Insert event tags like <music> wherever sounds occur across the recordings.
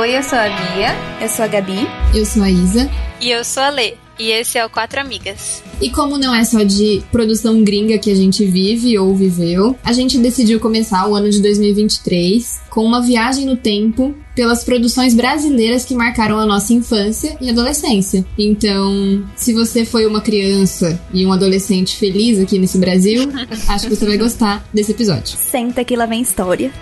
Oi, eu sou a Bia. Eu sou a Gabi. Eu sou a Isa. E eu sou a Lê. E esse é o Quatro Amigas. E como não é só de produção gringa que a gente vive ou viveu, a gente decidiu começar o ano de 2023 com uma viagem no tempo pelas produções brasileiras que marcaram a nossa infância e adolescência. Então, se você foi uma criança e um adolescente feliz aqui nesse Brasil, acho que você vai gostar desse episódio. Senta que lá vem história.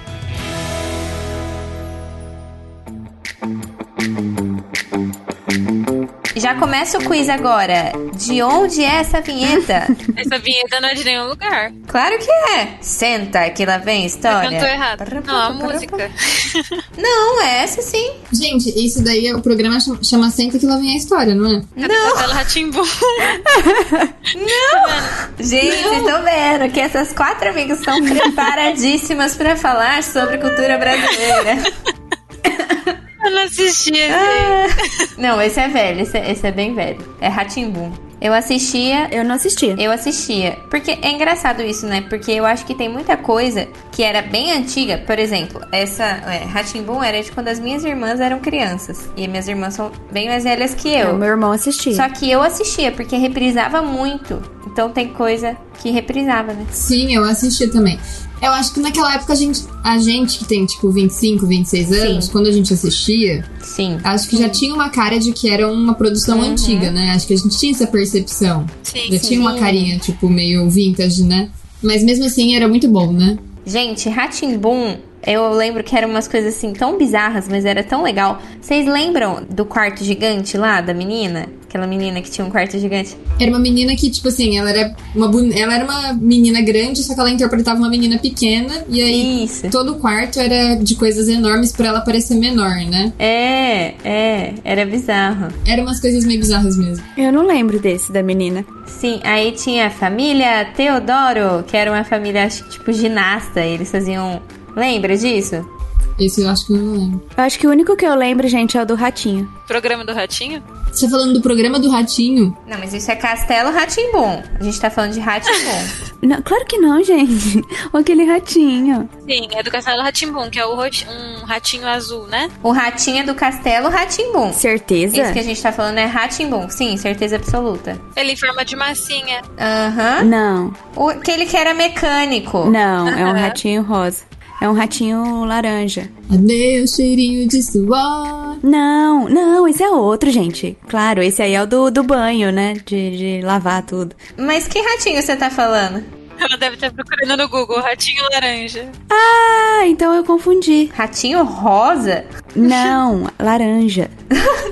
Já começa o quiz agora. De onde é essa vinheta? Essa vinheta não é de nenhum lugar. <laughs> Claro que é. Senta, que lá vem história. Cantou errado. Não, a música. Não, é essa sim. Gente, isso daí é o programa chama- chama Senta que lá vem a história, não é? Cadê o Castelo Ratimbu? Gente, vocês estão vendo que essas quatro amigas <laughs> estão preparadíssimas pra falar sobre cultura brasileira. Eu não assisti Ah. esse. Não, esse é velho, esse é, esse é bem velho. É Ratimbum. Eu assistia Eu não assistia. Eu assistia. Porque é engraçado isso, né? Porque eu acho que tem muita coisa que era bem antiga. Por exemplo, essa é, Ratimbum era de quando as minhas irmãs eram crianças. E minhas irmãs são bem mais velhas que eu. É, meu irmão assistia. Só que eu assistia, porque reprisava muito. Então tem coisa que reprisava, né? Sim, eu assisti também. Eu acho que naquela época a gente, a gente que tem tipo 25, 26 anos, Sim. quando a gente assistia, Sim. acho que já tinha uma cara de que era uma produção Uhum. antiga, né? Acho que a gente tinha essa percepção. Sim. Já tinha uma carinha tipo meio vintage, né? Mas mesmo assim era muito bom, né? Gente, Ratimbum, eu lembro que eram umas coisas assim tão bizarras, mas era tão legal. Vocês lembram do quarto gigante lá da menina? Aquela menina que tinha um quarto gigante? Era uma menina que, tipo assim, ela era uma, bone- ela era uma menina grande, só que ela interpretava uma menina pequena, e aí Isso. todo o quarto era de coisas enormes pra ela parecer menor, né? É, é, era bizarro. Eram umas coisas meio bizarras mesmo. Eu não lembro desse da menina. Sim, aí tinha a família Teodoro, que era uma família acho que, tipo ginasta, eles faziam. Lembra disso? Esse eu acho que eu não lembro. Eu acho que o único que eu lembro, gente, é o do ratinho. Programa do Ratinho? Você tá falando do programa do Ratinho? Não, mas isso é Castelo Ratimbom. A gente tá falando de <laughs> Ratimbom. Não, claro que não, <laughs> gente. Aquele ratinho. Sim, é do Castelo Ratimbum, que é o roti- um ratinho azul, né? o ratinho é do Castelo Ratimbom. Certeza? Isso que a gente tá falando é Ratimbom. Sim, certeza absoluta. Ele em forma de massinha. Aham. Não, O- Aquele que era mecânico. não. É um ratinho rosa. É um ratinho laranja. Adeus, cheirinho de suor. Não, não, esse é outro, gente. Claro, esse aí é o do, do banho, né? De, de lavar tudo. Mas que ratinho você tá falando? Ela deve estar procurando no Google, ratinho laranja. Ah, então eu confundi. Ratinho rosa? <laughs> Não, <laughs> laranja.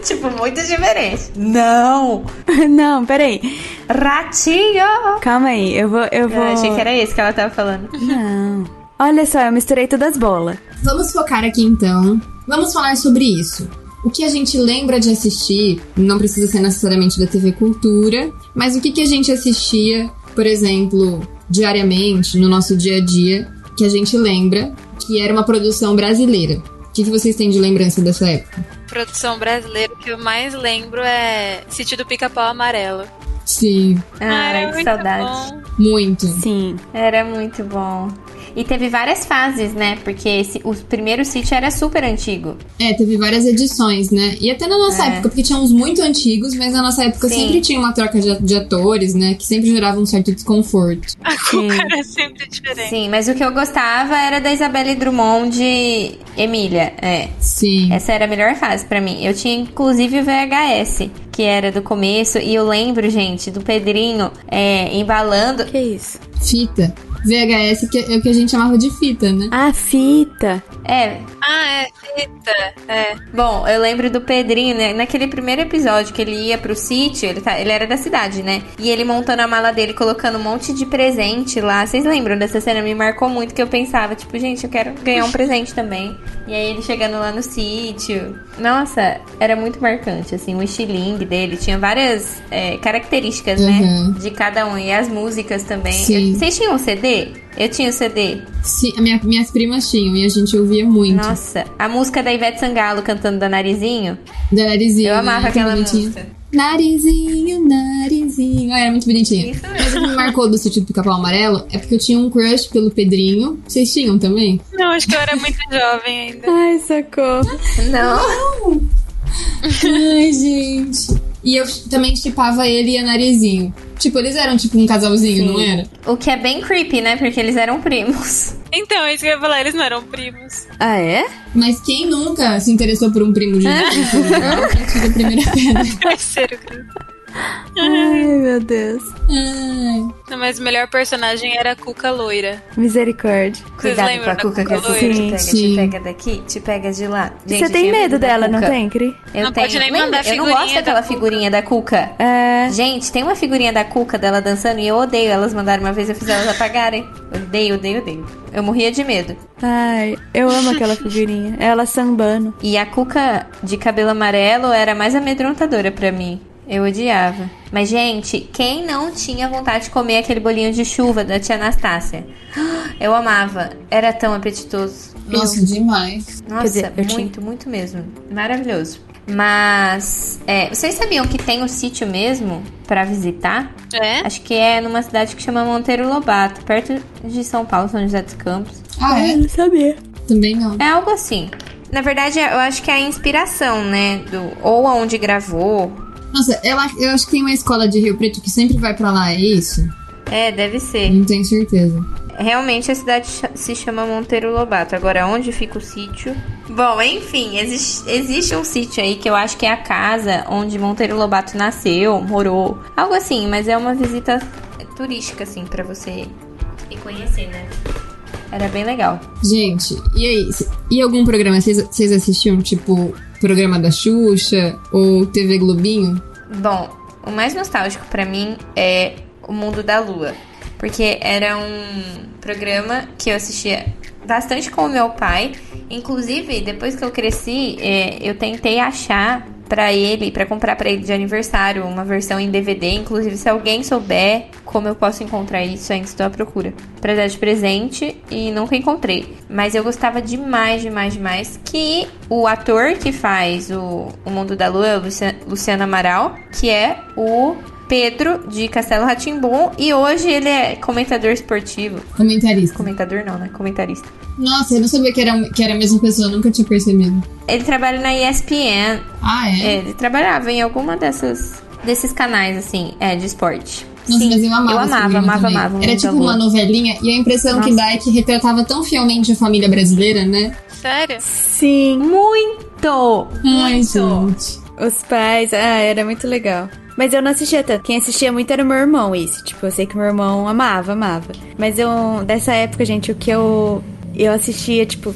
tipo, muito diferente. Não! Não, peraí. Ratinho! Calma aí, eu vou. Eu vou... Eu achei que era esse que ela tava falando. Não. Olha só, eu misturei todas as bolas. Vamos focar aqui então. Vamos falar sobre isso. O que a gente lembra de assistir não precisa ser necessariamente da TV Cultura, mas o que, que a gente assistia, por exemplo, diariamente, no nosso dia a dia, que a gente lembra que era uma produção brasileira. O que, que vocês têm de lembrança dessa época? Produção brasileira, o que eu mais lembro é Sítio do Pica-Pau Amarelo. Sim, Ai, Ah, Era Ah, que muito saudade. bom. <laughs> muito. Sim. Era muito bom. E teve várias fases, né? Porque esse, o primeiro sítio era super antigo. É, teve várias edições, né? E até na nossa É. época, porque tinha uns muito antigos, mas na nossa época Sim. sempre tinha uma troca de, de atores, né? Que sempre gerava um certo desconforto. A cuca era sempre diferente. Sim, mas o que eu gostava era da Isabelle Drummond de Emília. É. Sim. Essa era a melhor fase pra mim. Eu tinha inclusive o VHS, que era do começo. E eu lembro, gente, do Pedrinho é, embalando. Que isso? Fita. VHS que é o que a gente chamava de fita, né? A fita. É, Ah, é, fita. É. Bom, eu lembro do Pedrinho, né? Naquele primeiro episódio que ele ia pro sítio, ele, tá- ele era da cidade, né? E ele montando a mala dele, colocando um monte de presente lá. Vocês lembram dessa cena? Me marcou muito que eu pensava, tipo, gente, eu quero ganhar um presente também. E aí ele chegando lá no sítio. Nossa, era muito marcante, assim, o estilingue dele. Tinha várias é, características, Uhum. né? De cada um. E as músicas também. Sim. Eu- Vocês tinham um CD? Eu tinha o CD. Sim, a minha- minhas primas tinham e a gente ouvia muito. Nossa, a música da Ivete Sangalo cantando da Narizinho. Da Narizinho. Eu né? amava Que aquela bonitinha. música. Narizinho, narizinho. Ah, era muito bonitinha. Isso Mas o que me marcou do sítio do pica-pau amarelo é porque eu tinha um crush pelo Pedrinho. Vocês tinham também? Não, acho que eu era muito <laughs> jovem ainda. Ai, sacou. mesmo. Não. Ai, gente. E eu também chipava ele e a narizinho. Tipo, eles eram tipo um casalzinho, não era? O que é bem creepy, né? Porque eles eram primos. Então, isso que eu ia falar, eles não eram primos. Ah, é? Mas quem nunca se interessou por um primo de é. Tira a primeira pedra. Parceiro, cara. Uhum. Ai, meu Deus. Ai. Não, mas o melhor personagem era a Cuca Loira. Misericórdia. Vocês Cuidado com lembram a da cuca que Cuca essa Loira? te pega, Sim. te pega daqui, te pega de lá. Gente, Você tem tinha medo da dela, não Cuca. tem, Cri? Eu Não tenho. pode nem mandar Lembra? Eu não figurinha gosto da daquela Cuca. figurinha da Cuca. É. Gente, tem uma figurinha da Cuca dela dançando e eu odeio elas mandaram uma vez eu fiz elas apagarem. Odeio, odeio, odeio. Eu morria de medo. Ai, eu <laughs> amo aquela figurinha. Ela sambando. E a Cuca de cabelo amarelo era mais amedrontadora pra mim. Eu odiava. Mas, gente, quem não tinha vontade de comer aquele bolinho de chuva da tia Anastácia? <gasps> Eu amava. Era tão apetitoso. Nossa, demais. Nossa, dizer, eu tinha. muito, muito mesmo. Maravilhoso. Mas, é, vocês sabiam que tem um sítio mesmo pra visitar? É? Acho que é numa cidade que chama Monteiro Lobato, perto de São Paulo, São José dos Campos. Ah, é? não sabia. Também não. É algo assim. Na verdade, eu acho que é a inspiração, né? Do, ou aonde gravou. Nossa, ela, eu acho que tem uma escola de Rio Preto que sempre vai pra lá, é isso? É, deve ser. Não tenho certeza. Realmente a cidade cha- se chama Monteiro Lobato. Agora, onde fica o sítio? Bom, enfim, existe, existe um sítio aí que eu acho que é a casa onde Monteiro Lobato nasceu, morou. Algo assim, mas é uma visita turística, assim, pra você ir conhecer, né? Era bem legal. Gente, e aí? c- E algum programa vocês vocês assistiam? Tipo, programa da Xuxa ou TV Globinho? Bom, o mais nostálgico pra mim é O Mundo da Lua, porque era um programa que eu assistia bastante com o meu pai. Inclusive, depois que eu cresci, é, eu tentei achar pra ele, pra comprar pra ele de aniversário, uma versão em DVD. Inclusive, se alguém souber como eu posso encontrar isso, ainda estou à procura. Pra dar de presente e nunca encontrei. Mas eu gostava demais, demais, demais que o ator que faz o, o Mundo da Lua é o Lucia- Luciano Amaral, que é o Pedro de Castelo Ratimbum e hoje ele é comentador esportivo. Comentarista. Comentador não, né? Comentarista. Nossa, eu não sabia que era, que era a mesma pessoa, nunca tinha percebido. Ele trabalha na ESPN, Ah, é? É, ele trabalhava em alguma dessas desses canais assim, é de esporte. Nossa, mas eu amava. eu esse amava, programa amava, também. amava o Era Mundo tipo da Lua. uma novelinha, e a impressão que Nossa. dá é que retratava tão fielmente a família brasileira, né? É, Sério? Sim. Muito. Ai, Muito. gente. Os pais. Ah, era muito legal. Mas eu não assistia tanto. Quem assistia muito era o meu irmão, isso. Tipo, eu sei que meu irmão amava, amava. Mas eu, dessa época, gente, o que eu. Eu assistia, tipo.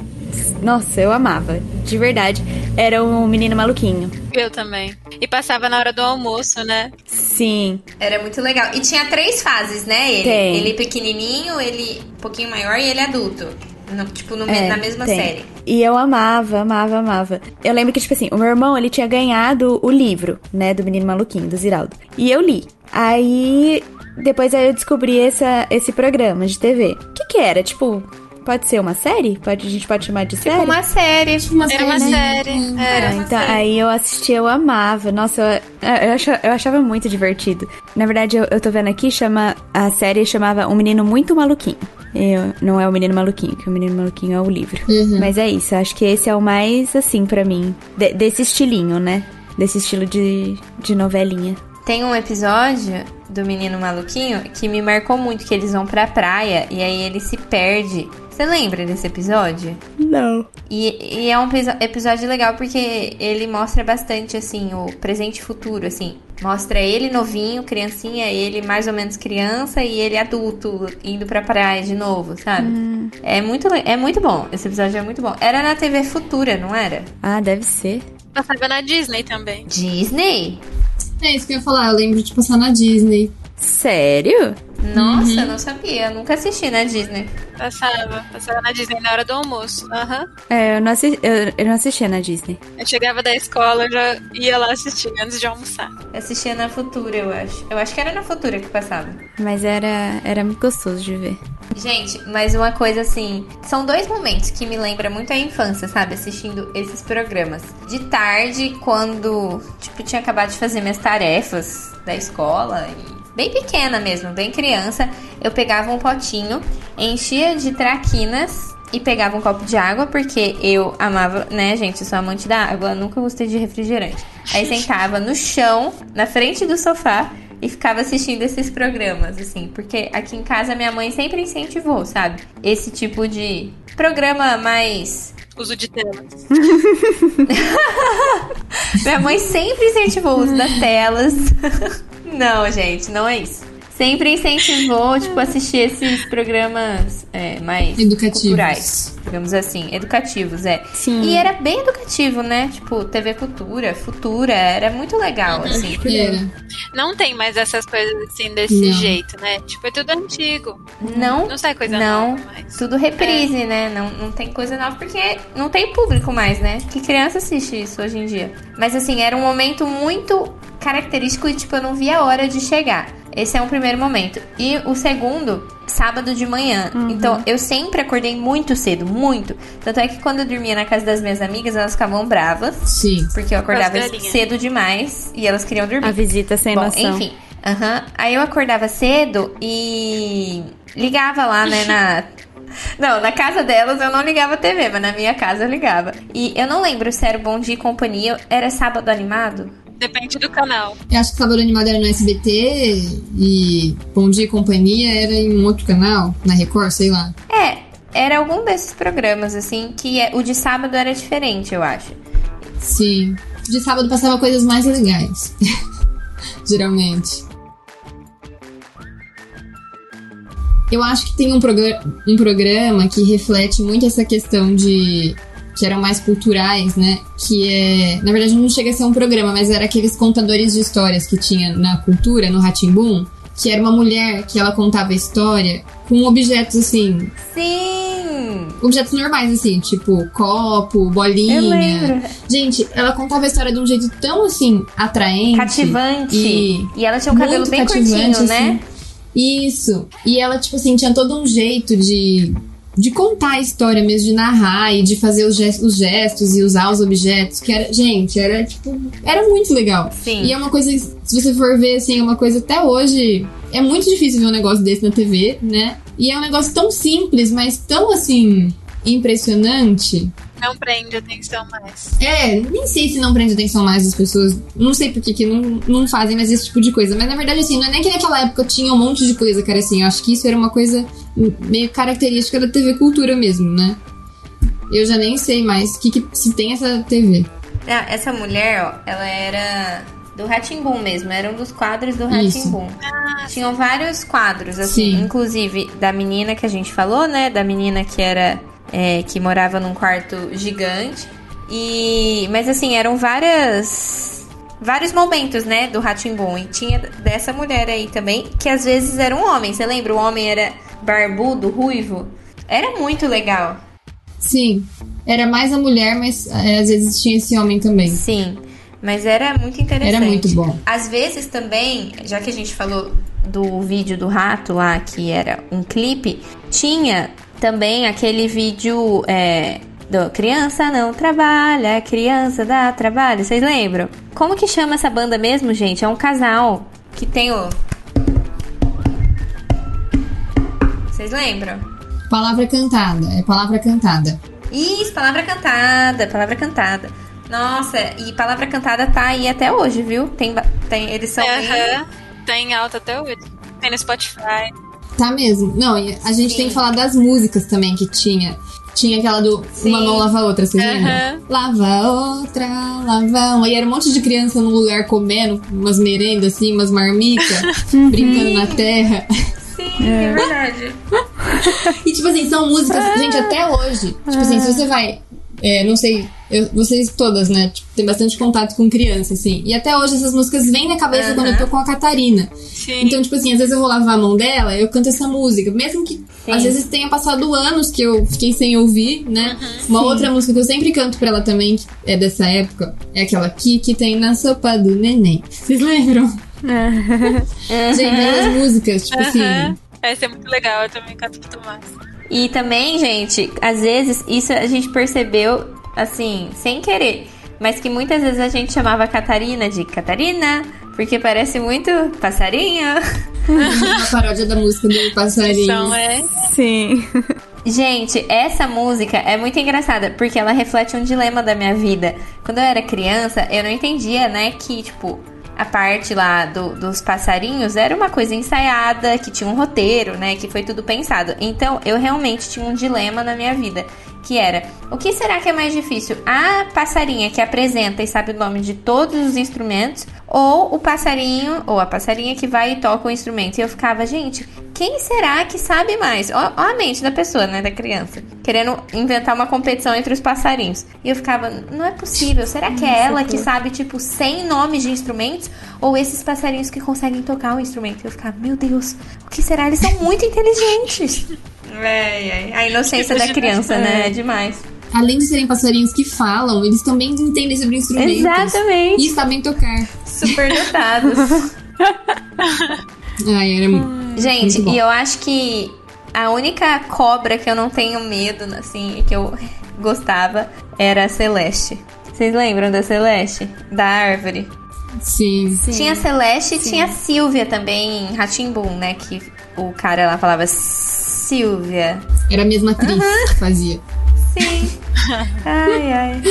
Nossa, eu amava. De verdade. Era o Menino Maluquinho. Eu também. E passava na hora do almoço, né? Sim. Era muito legal. E tinha três fases, né? Ele, Tem. ele pequenininho, ele um pouquinho maior e ele adulto. No- tipo no me- É, na mesma tem. série. E eu amava, amava, amava. Eu lembro que, tipo assim, o meu irmão, ele tinha ganhado o livro, né, do Menino Maluquinho, do Ziraldo. E eu li. Aí, depois aí eu descobri essa, esse programa de TV. O que que era? Tipo, pode ser uma série? Pode, a gente pode chamar de série? Uma série. Tipo uma Era uma né? série. é. Ah, Era. então, assim. aí eu assistia, eu amava. Nossa, eu, eu, achava, eu achava muito divertido. Na verdade, eu, eu tô vendo aqui, chama a série chamava Um Menino Muito Maluquinho. Eu, não é o Menino Maluquinho, que o Menino Maluquinho é o livro. Uhum. Mas é isso, eu acho que esse é o mais, assim, pra mim. de- desse estilinho, né? Desse estilo de, de novelinha. Tem um episódio do Menino Maluquinho que me marcou muito, que eles vão pra praia e aí ele se perde. Você lembra desse episódio? Não. E, e é um episo- episódio legal porque ele mostra bastante, assim, o presente e futuro, assim. Mostra ele novinho, criancinha, ele mais ou menos criança e ele adulto, indo pra praia de novo, sabe? É, muito, le- é muito bom, esse episódio é muito bom. Era na TV Futura, não era? Ah, deve ser. Passava na Disney também. Disney? É isso que eu ia falar, eu lembro de passar na Disney. Sério? Nossa, não sabia. Nunca assisti na Disney. Passava. Passava na Disney na hora do almoço. Aham. É, eu não, assi- eu- eu não assistia na Disney. Eu chegava da escola, eu já ia lá assistir antes de almoçar. Eu assistia na Futura, eu acho. Eu acho que era na Futura que passava. Mas era, era muito gostoso de ver. Gente, mas uma coisa assim, são dois momentos que me lembra muito a infância, sabe? Assistindo esses programas. De tarde, quando, tipo, tinha acabado de fazer minhas tarefas da escola e bem pequena mesmo, bem criança, eu pegava um potinho, enchia de traquinas e pegava um copo de água, porque eu amava, né, gente? Eu sou amante da água, nunca gostei de refrigerante. Aí sentava no chão, na frente do sofá, e ficava assistindo esses programas, assim, porque aqui em casa minha mãe sempre incentivou, sabe? Esse tipo de programa mais. Uso de telas. Minha mãe sempre incentivou o uso das telas. <laughs> não, gente, não é isso. Sempre incentivou, tipo, assistir esses programas é, mais Educativos. culturais, digamos assim, educativos, é. Sim. E era bem educativo, né? Tipo, TV Cultura, Futura, era muito legal, assim. Era. Não tem mais essas coisas assim desse Não. jeito, né? Tipo, é tudo antigo. Não Não sai coisa Não. nova mais. Tudo reprise, né? Não, não tem coisa nova, porque não tem público mais, né? Que criança assiste isso hoje em dia. Mas assim, era um momento muito característico e, tipo, eu não via a hora de chegar. Esse é um primeiro momento. E o segundo, sábado de manhã. Então, eu sempre acordei muito cedo, muito. Tanto é que quando eu dormia na casa das minhas amigas, elas ficavam bravas, Sim. porque eu acordava galinhas. cedo demais e elas queriam dormir. A visita sem Bom, noção. enfim. Aham. Aí eu acordava cedo e ligava lá, né, na. Não, na casa delas eu não ligava a TV, mas na minha casa eu ligava. E eu não lembro se era o Bom Dia e Companhia, era Sábado Animado? Depende do canal. Eu acho que Sábado Animado era no SBT e Bom Dia e Companhia era em um outro canal, na Record, sei lá. É, era algum desses programas, assim, que é- o de sábado era diferente, eu acho. Sim. De sábado passava coisas mais legais. <laughs> Geralmente. Eu acho que tem um, progra- um programa que reflete muito essa questão de. que eram mais culturais, né? Que é. Na verdade, não chega a ser um programa, mas era aqueles contadores de histórias que tinha na cultura, no Ratimbum, que era uma mulher que ela contava história com objetos assim. Sim! Objetos normais, assim, tipo copo, bolinha. Eu lembro. Gente, ela contava a história de um jeito tão assim atraente. Cativante. E- E, ela tinha um cabelo muito bem cativante, curtinho, né? assim. Isso. E ela, tipo assim, tinha todo um jeito de, de contar a história mesmo, de narrar e de fazer os gestos, os gestos e usar os objetos. Que era, gente, era tipo. Era muito legal. Sim. E é uma coisa, se você for ver, assim, é uma coisa até hoje. É muito difícil ver um negócio desse na TV, né? E é um negócio tão simples, mas tão assim. Impressionante. Não prende atenção mais. É, nem sei se não prende atenção mais das pessoas. Não sei por que que não, não fazem mais esse tipo de coisa. Mas na verdade, assim, não é nem que naquela época tinha um monte de coisa, cara, assim. Eu acho que isso era uma coisa meio característica da TV Cultura mesmo, né? Eu já nem sei mais o que, que se tem essa TV. Ah, essa mulher, ó, ela era do Ratimbum mesmo, era um dos quadros do Isso. Ratimbum. Tinham vários quadros, assim, Sim. inclusive da menina que a gente falou, né? Da menina que era é, que morava num quarto gigante. E mas assim, eram várias vários momentos, né, do Ratimbum. E tinha dessa mulher aí também, que às vezes era um homem. Você lembra? O homem era barbudo, ruivo. Era muito legal. Sim, era mais a mulher, mas é, às vezes tinha esse homem também. Sim, mas era muito interessante. Era muito bom. Às vezes também, já que a gente falou do vídeo do rato lá, que era um clipe, tinha também aquele vídeo é, do Criança Não Trabalha, Criança Dá Trabalho, vocês lembram? Como que chama essa banda mesmo, gente? É um casal que tem o... Vocês lembram? Palavra cantada, é palavra cantada. Isso, palavra cantada, palavra cantada. Nossa, e palavra cantada tá aí até hoje, viu? Tem, ba- tem eles são bem- Aham. Tá em alta até hoje. Tem no Spotify. Tá mesmo. Não, e a gente Sim. tem que falar das músicas também que tinha. Tinha aquela do Sim. Uma mão lava a outra, vocês lembram? Aham. Lava outra, lava uma. E era um monte de criança no lugar comendo umas merendas, assim, umas marmitas, brincando na terra. Sim, é verdade. E, tipo assim, são músicas, gente, até hoje. Tipo assim, se você vai É, não sei, eu- vocês todas, né? Tipo, tem bastante contato com criança, assim. E até hoje essas músicas vêm na cabeça Aham. quando eu tô com a Catarina. Sim. Então, tipo assim, às vezes eu vou lavar a mão dela, eu canto essa música. Mesmo que Sim. às vezes tenha passado anos que eu fiquei sem ouvir, né? Uma outra música que eu sempre canto pra ela também, que é dessa época, é aquela aqui que tem na sopa do neném. Vocês lembram? Gente, belas músicas, tipo assim. Aham. Essa é muito legal, eu também canto pro Tomás. E também, gente, às vezes isso a gente percebeu assim, sem querer. Mas que muitas vezes a gente chamava a Catarina de Catarina, porque parece muito passarinho. Uma paródia da música do passarinho. Então é. <laughs> Sim. Gente, essa música é muito engraçada, porque ela reflete um dilema da minha vida. Quando eu era criança, eu não entendia, né, que, tipo, a parte lá do- dos passarinhos era uma coisa ensaiada, que tinha um roteiro, né, que foi tudo pensado. Então, eu realmente tinha um dilema na minha vida, que era, o que será que é mais difícil? A passarinha que apresenta e sabe o nome de todos os instrumentos, ou o passarinho, ou a passarinha que vai e toca o instrumento. E eu ficava, gente, quem será que sabe mais? Ó, ó a mente da pessoa, né? Da criança. Querendo inventar uma competição entre os passarinhos. E eu ficava, não é possível. Será que é ela que sabe, tipo, 100 nomes de instrumentos? Ou esses passarinhos que conseguem tocar o instrumento? E eu ficava, meu Deus, o que será? Eles são muito inteligentes. <laughs> É, A inocência da criança, né? É demais. Além de serem passarinhos que falam, eles também entendem sobre instrumentos. Exatamente. E sabem tocar. Super <laughs> dotados. Ai, era muito. Gente, Muito bom. e eu acho que a única cobra que eu não tenho medo, assim, e que eu <laughs> gostava, era a Celeste. Vocês lembram da Celeste? Da árvore? Sim. Tinha a Celeste e tinha a Silvia também, em Ratimbum, né? Que o cara lá falava Silvia. Era a mesma atriz que fazia. <laughs> Sim. ai, ai.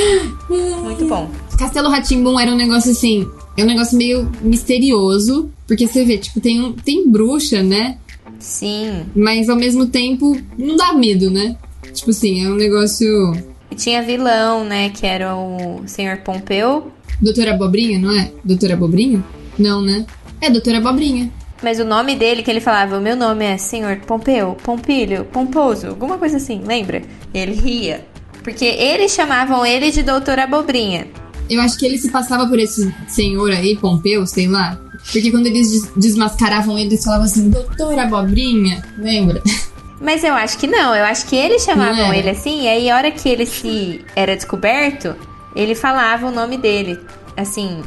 Muito bom. Castelo Ratimbum era um negócio assim. É um negócio meio misterioso. Porque você vê, tipo, tem, um, tem bruxa, né? Sim. Mas ao mesmo tempo, não dá medo, né? Tipo assim, é um negócio. E tinha vilão, né? Que era o Senhor Pompeu. Doutora Abobrinha, não é? Doutora Abobrinha? Não, né? É Doutora Abobrinha. Mas o nome dele que ele falava, o meu nome é Senhor Pompeu, Pompilho, Pomposo, alguma coisa assim, lembra? E ele ria. Porque eles chamavam ele de Doutor Abobrinha. Eu acho que ele se passava por esse senhor aí, Pompeu, sei lá. Porque quando eles des- desmascaravam ele, eles falavam assim, doutora Abobrinha, lembra? <laughs> Mas eu acho que não, eu acho que eles chamavam Não era? ele assim, e aí a hora que ele se era descoberto, ele falava o nome dele. Assim,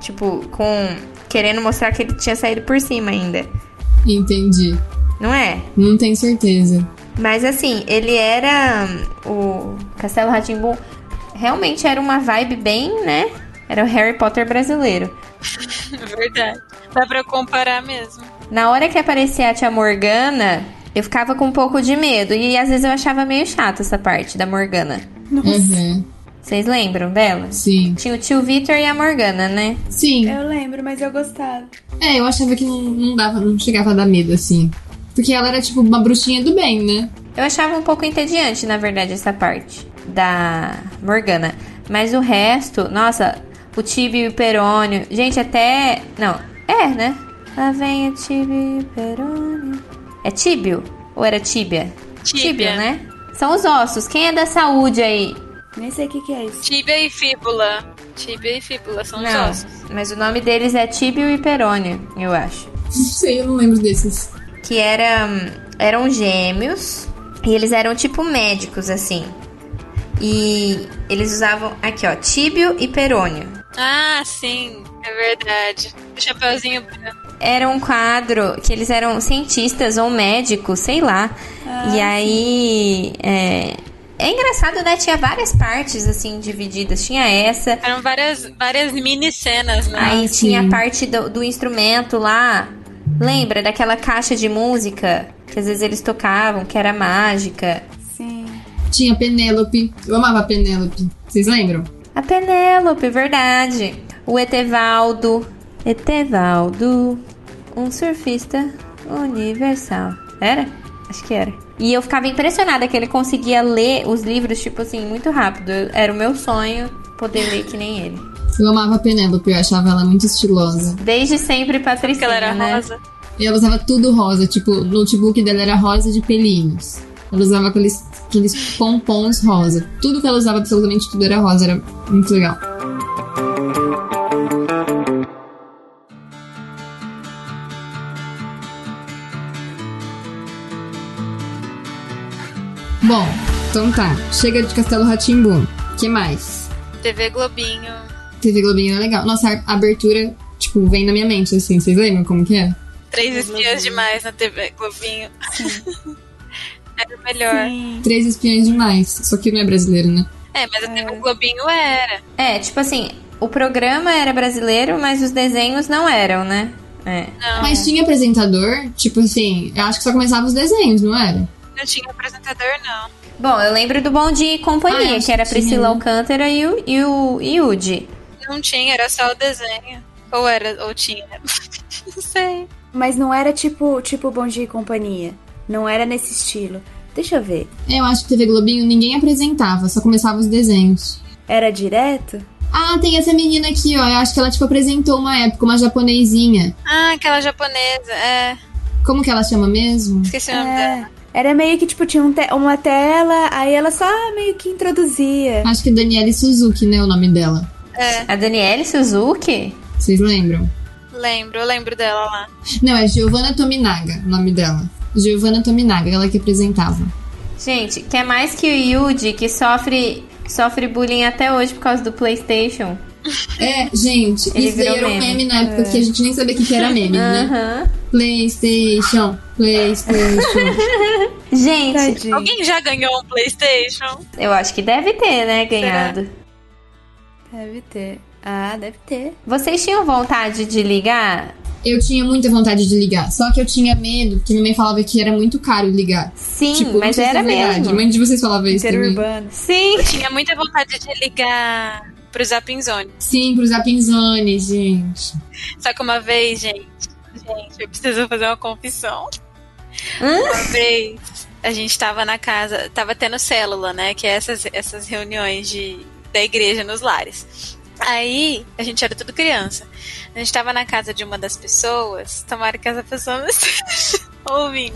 tipo, com. querendo mostrar que ele tinha saído por cima ainda. Entendi. Não é? Não tenho certeza. Mas assim, ele era. hum, O Castelo Ratimbu realmente era uma vibe bem, né? Era o Harry Potter brasileiro. Verdade. Dá pra comparar mesmo. Na hora que aparecia a tia Morgana, eu ficava com um pouco de medo. E às vezes eu achava meio chata essa parte da Morgana. Uhum, Vocês lembram dela? sim. Tinha o tio Vitor e a Morgana, né? Sim. Eu lembro, mas eu gostava. É, eu achava que não, não dava, não chegava a dar medo, assim. Porque ela era tipo uma bruxinha do bem, né? Eu achava um pouco entediante, na verdade, essa parte da Morgana. Mas o resto, nossa, o Tibi e o Perônio. Gente, até. Não, é, né? Lá vem o Tibi e o Perônio. É Tíbio? Ou era Tíbia? Tíbia. Tíbio, né? São os ossos. Quem é da saúde aí? Nem sei o que, que é isso. Tíbia e fíbula. Tíbia e fíbula são os Não, ossos. mas o nome deles é Tíbio e Perônio, eu acho. Não sei, eu não lembro desses. que era, eram gêmeos e eles eram tipo médicos assim. E eles usavam aqui, ó, tíbio e perônio. Ah, sim, é verdade. O Chapeuzinho branco. Era um quadro que eles eram cientistas ou médicos, sei lá. e aí é, é engraçado, né? Tinha várias partes assim divididas. Tinha essa, Eram várias, várias mini cenas, né? Aí sim. tinha a parte do, do instrumento lá. Lembra daquela caixa de música que às vezes eles tocavam, que era mágica? Sim. Tinha Penélope. Eu amava a Penélope. Vocês lembram? A Penélope, verdade. O Etevaldo. Etevaldo. Um surfista universal. Era? Acho que era. E eu ficava impressionada que ele conseguia ler os livros, tipo assim, muito rápido. Eu- Era o meu sonho poder ler que nem ele. Eu amava a Penélope, eu achava ela muito estilosa. Desde sempre, Patricinha, Porque ela era né? rosa. E ela usava tudo rosa, tipo, o notebook dela era rosa de pelinhos. Ela usava aqueles, aqueles pompons rosa. Tudo que ela usava, absolutamente tudo era rosa, era muito legal. Bom, então tá. Chega de Castelo Ratimbu. que mais? TV Globinho. TV Globinho é legal. Nossa, a abertura, tipo, vem na minha mente, assim. Vocês lembram como que é? Três espiãs demais na TV Globinho. <laughs> Era o melhor. Três espiões demais. Só que não é brasileiro, né? É, mas a TV Globinho era. É, tipo assim, o programa era brasileiro, mas os desenhos não eram, né? É. Não, Mas tinha apresentador, tipo assim, eu acho que só começava os desenhos, não era? não tinha apresentador, não. Bom, eu lembro do Bom Dia e Ah, eu é. Companhia, acho que era que Priscila tinha. Alcântara e o, e o e o Udi. Não tinha, era só o desenho. Ou era, ou tinha. <laughs> Não sei. Mas não era tipo, tipo Bom Dia e Companhia. Não era nesse estilo. Deixa eu ver. Eu acho que TV Globinho ninguém apresentava, só começava os desenhos. Era direto? Ah, tem essa menina aqui, ó. Eu acho que ela, tipo, apresentou uma época, uma japonesinha. Ah, aquela japonesa. É, Como que ela chama mesmo? esqueci o nome dela. Era meio que, tipo, tinha um te- uma tela, aí ela só meio que introduzia. Acho que Daniele Suzuki, né? O nome dela. É, A Daniele Suzuki? Vocês lembram? lembro, eu lembro dela lá. Não, é Giovanna Tominaga o nome dela. Giovanna Tominaga, ela que apresentava. Gente, que é mais que o Yuji, que sofre, sofre bullying até hoje por causa do Playstation. É, gente, Ele isso daí virou era um meme. É. meme na época que a gente nem sabia o que que era meme, né? Aham. PlayStation, PlayStation. Gente, Tadinho. Alguém já ganhou um Playstation? eu acho que deve ter, né, ganhado. Deve ter. Ah, deve ter. Vocês tinham vontade de ligar? eu tinha muita vontade de ligar, só que eu tinha medo, porque minha mãe falava que era muito caro ligar. Sim, tipo, não mas sei se é era verdade. mesmo. Mãe de vocês falava isso também. Interurbano. Sim. Eu tinha muita vontade de ligar pro Zapinzone. Sim, pros Zapinzone, gente. Só que uma vez, gente, gente, eu preciso fazer uma confissão. Uma vez a gente tava na casa, tava tendo célula, né? Que é essas, essas reuniões de, da igreja nos lares. Aí, a gente era tudo criança. A gente tava na casa de uma das pessoas, tomara que essa pessoa não <laughs> esteja ouvindo.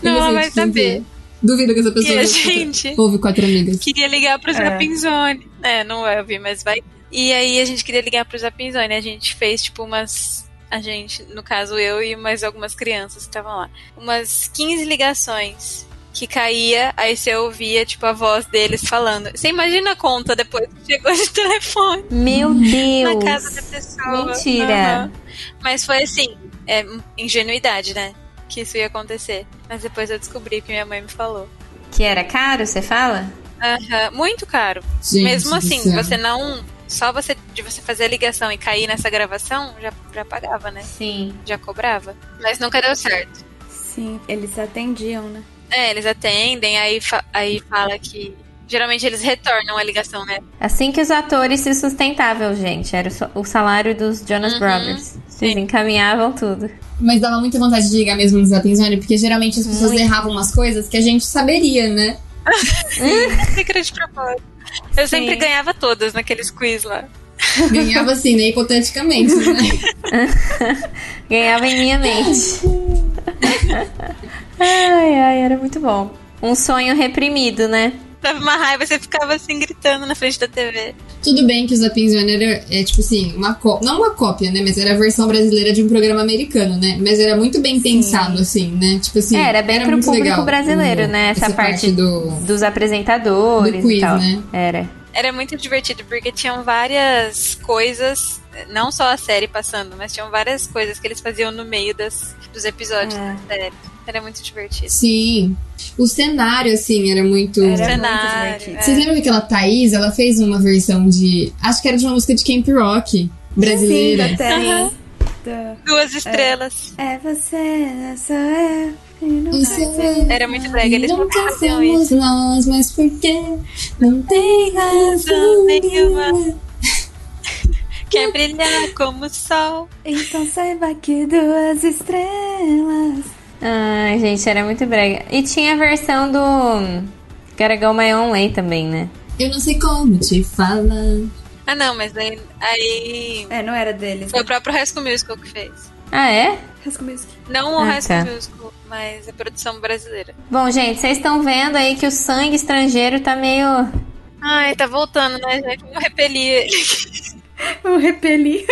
Não, Eu ela sei vai te dizer. saber. Duvido que essa pessoa E a ouve quatro- gente ouve quatro amigas. queria ligar pro É. Zapinzone. É, não vai ouvir, mas vai. E aí a gente queria ligar pro Zapinzone. A gente fez, tipo, umas. A gente, no caso eu e mais algumas crianças que estavam lá. Umas 15 ligações que caía, aí você ouvia, tipo, a voz deles falando. Você imagina a conta depois que chegou de <laughs> telefone Meu Deus. na casa da pessoa. Mentira. Aham. Mas foi assim, é ingenuidade, né? Que isso ia acontecer. Mas depois eu descobri que minha mãe me falou. Que era caro, você fala? Aham, muito caro. Gente Mesmo do assim, céu. você não. Só você de você fazer a ligação e cair nessa gravação, já, já pagava, né? Sim. Já cobrava. Mas nunca deu certo. Sim, eles atendiam, né? É, eles atendem, aí, fa- aí fala que. Geralmente eles retornam a ligação, né? <laughs> Assim que os atores se sustentavam, gente. Era o sa- o salário dos Jonas Brothers. Eles encaminhavam tudo. Mas dava muita vontade de ligar mesmo no Zapinzone, porque geralmente as pessoas Muito. erravam umas coisas que a gente saberia, né? Você queria de propósito. Eu sempre ganhava todas naqueles quiz lá. Ganhava assim, né? Hipoteticamente, né? Ganhava em minha mente. <laughs> ai, ai, era muito bom. Um sonho reprimido, né? Tava uma raiva, você ficava assim gritando na frente da TV. Tudo bem que o Zapinzone era, é tipo assim, uma có- não uma cópia, né? Mas era a versão brasileira de um programa americano, né? Mas era muito bem pensado, assim, né? Tipo assim, É, era bem pro muito público legal brasileiro, o- né? Essa parte do, Dos apresentadores do quiz, e tal. né? Era. Era muito divertido, porque tinham várias coisas, não só a série passando, mas tinham várias coisas que eles faziam no meio das, dos episódios É. da série. Era muito divertido. Sim. O cenário, assim, era muito. Era cenário, muito é. divertido. Vocês lembram daquela Thaís? Ela fez uma versão de. Acho que era de uma música de Camp Rock brasileira. Sim, da Thaís. Do- Duas estrelas. É você, não sou eu. e não O vai ser. seu Era muito brega, eles É. não nunca faziam então somos nós, mas por quê? Não tem razão nenhuma. Quer brilhar como o sol. Então saiba que duas estrelas. Ai, gente, era muito brega. E tinha a versão do Garagão My Only também, né? Eu não sei como te falar. Ah, não, mas aí, aí É, não era deles. foi o próprio High School Musical que fez. Ah, é? Rasco Music. Não o Ah, High School tá. Musical, mas é produção brasileira. Bom, gente, vocês estão vendo aí que o sangue estrangeiro tá meio. Ai, tá voltando, né, gente? Vamos repelir ele. <laughs> Eu repeli.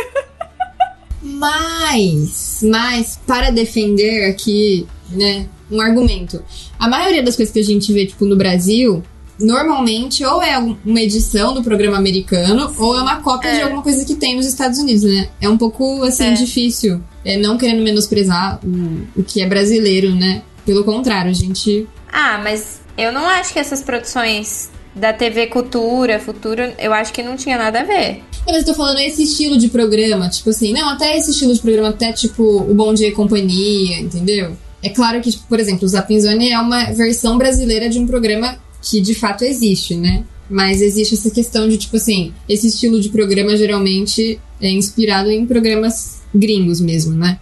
Mas, mas, para defender aqui, né, um argumento. A maioria das coisas que a gente vê, tipo, no Brasil, normalmente ou é um- uma edição do programa americano ou é uma cópia de alguma coisa que tem nos Estados Unidos, né? É um pouco, assim, É. difícil. É, não querendo menosprezar o, o que é brasileiro, né? Pelo contrário, a gente Ah, mas eu não acho que essas produções da TV Cultura, Futuro, eu acho que não tinha nada a ver. Mas eu tô falando esse estilo de programa, tipo assim, não, até esse estilo de programa, até tipo o Bom Dia e Companhia, entendeu? É claro que, tipo, por exemplo, o Zapinzone é uma versão brasileira de um programa que de fato existe, né? Mas existe essa questão de, tipo assim, esse estilo de programa geralmente é inspirado em programas gringos mesmo, né?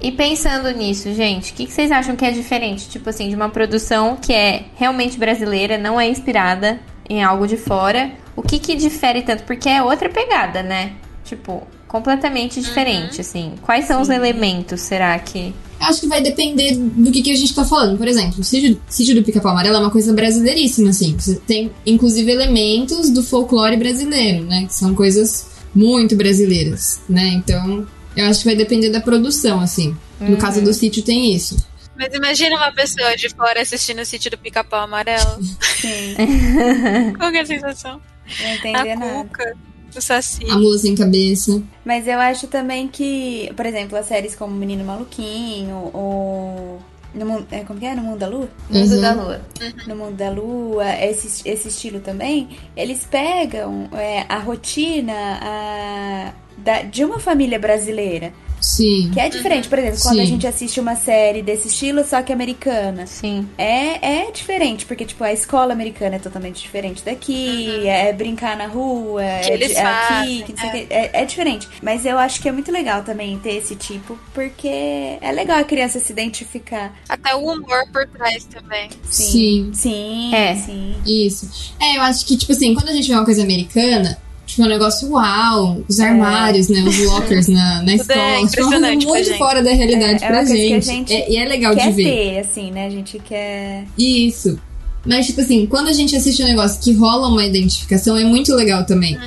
E pensando nisso, gente, o que, que vocês acham que é diferente, tipo assim, de uma produção que é realmente brasileira, não é inspirada em algo de fora? O que que difere tanto? Porque é outra pegada, né? Tipo, completamente diferente, assim. Quais são os elementos, será que? Eu acho que vai depender do que, que a gente tá falando. Por exemplo, o sítio, sítio do Pica-Pau Amarelo é uma coisa brasileiríssima, assim. Você Tem, inclusive, elementos do folclore brasileiro, né? Que são coisas muito brasileiras, né? Então, eu acho que vai depender da produção, assim. No Uhum. caso do sítio tem isso. Mas imagina uma pessoa de fora assistindo o sítio do pica-pau amarelo. Sim, <laughs> Qual que é a sensação? não A entender nada. cuca, o saci. A mula sem cabeça. Mas eu acho também que, por exemplo, as séries como Menino Maluquinho ou. No, Mun- é, como que é? No Mundo da Lua? Mundo Uhum. da Lua. no mundo da lua, esse, esse estilo também, eles pegam é, a rotina a- da- de uma família brasileira, Sim. que é diferente, por exemplo, quando a Sim. gente assiste uma série desse estilo, só que americana. Sim. É, é diferente, porque, tipo, a escola americana é totalmente diferente daqui, é brincar na rua, Que é, eles di- é aqui, fazem, que não sei o que, é, é diferente. Mas eu acho que é muito legal também ter esse tipo, porque é legal a criança se identificar. Até o humor por trás também. Sim. Sim, É. sim. Isso. É, eu acho que, tipo assim, quando a gente vê uma coisa americana, tipo, é um negócio uau, os É. armários, né? Os lockers na, <laughs> na Tudo é escola. tipo, é uma coisa impressionante pra muito gente. fora da realidade É, é pra uma coisa que a gente. gente É- e é legal de quer ver. ter, assim, né? A gente quer. Isso. Mas, tipo assim, quando a gente assiste um negócio que rola uma identificação, é muito legal também.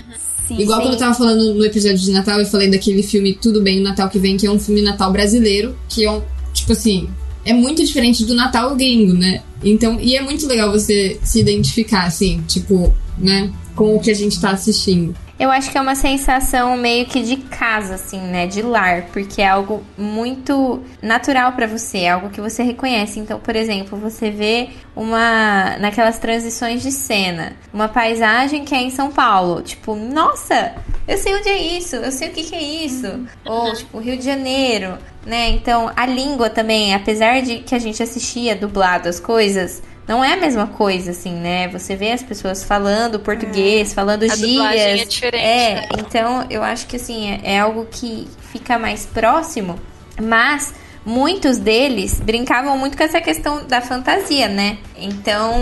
Sim. Igual sim. quando eu tava falando no episódio de Natal, eu falei daquele filme Tudo Bem, o Natal que vem, que é um filme Natal brasileiro, que é um, tipo assim, é muito diferente do Natal gringo, né? Então, e é muito legal você se identificar, assim, tipo, né, com o que a gente tá assistindo. Eu acho que é uma sensação meio que de casa, assim, né? De lar, porque é algo muito natural pra você, é algo que você reconhece. Então, por exemplo, você vê uma naquelas transições de cena, uma paisagem que é em São Paulo, tipo, nossa, eu sei onde é isso, eu sei o que, que é isso, Uhum. ou tipo Rio de Janeiro, né? Então, a língua também, apesar de que a gente assistia dublado as coisas. Não é a mesma coisa, assim, né? Você vê as pessoas falando português, falando A dublagem é gírias, diferente. né? é, então eu acho que assim, é, é algo que fica mais próximo, mas muitos deles brincavam muito com essa questão da fantasia, né? Então,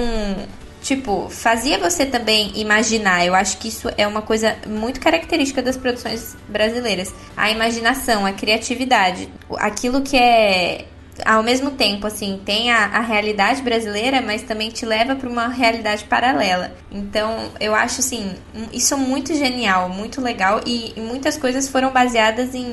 tipo, fazia você também imaginar. Eu acho que isso é uma coisa muito característica das produções brasileiras. A imaginação, a criatividade, aquilo que é ao mesmo tempo, assim, tem a, a realidade brasileira, mas também te leva para uma realidade paralela. Então, eu acho, assim, um- isso muito genial, muito legal. E, e muitas coisas foram baseadas em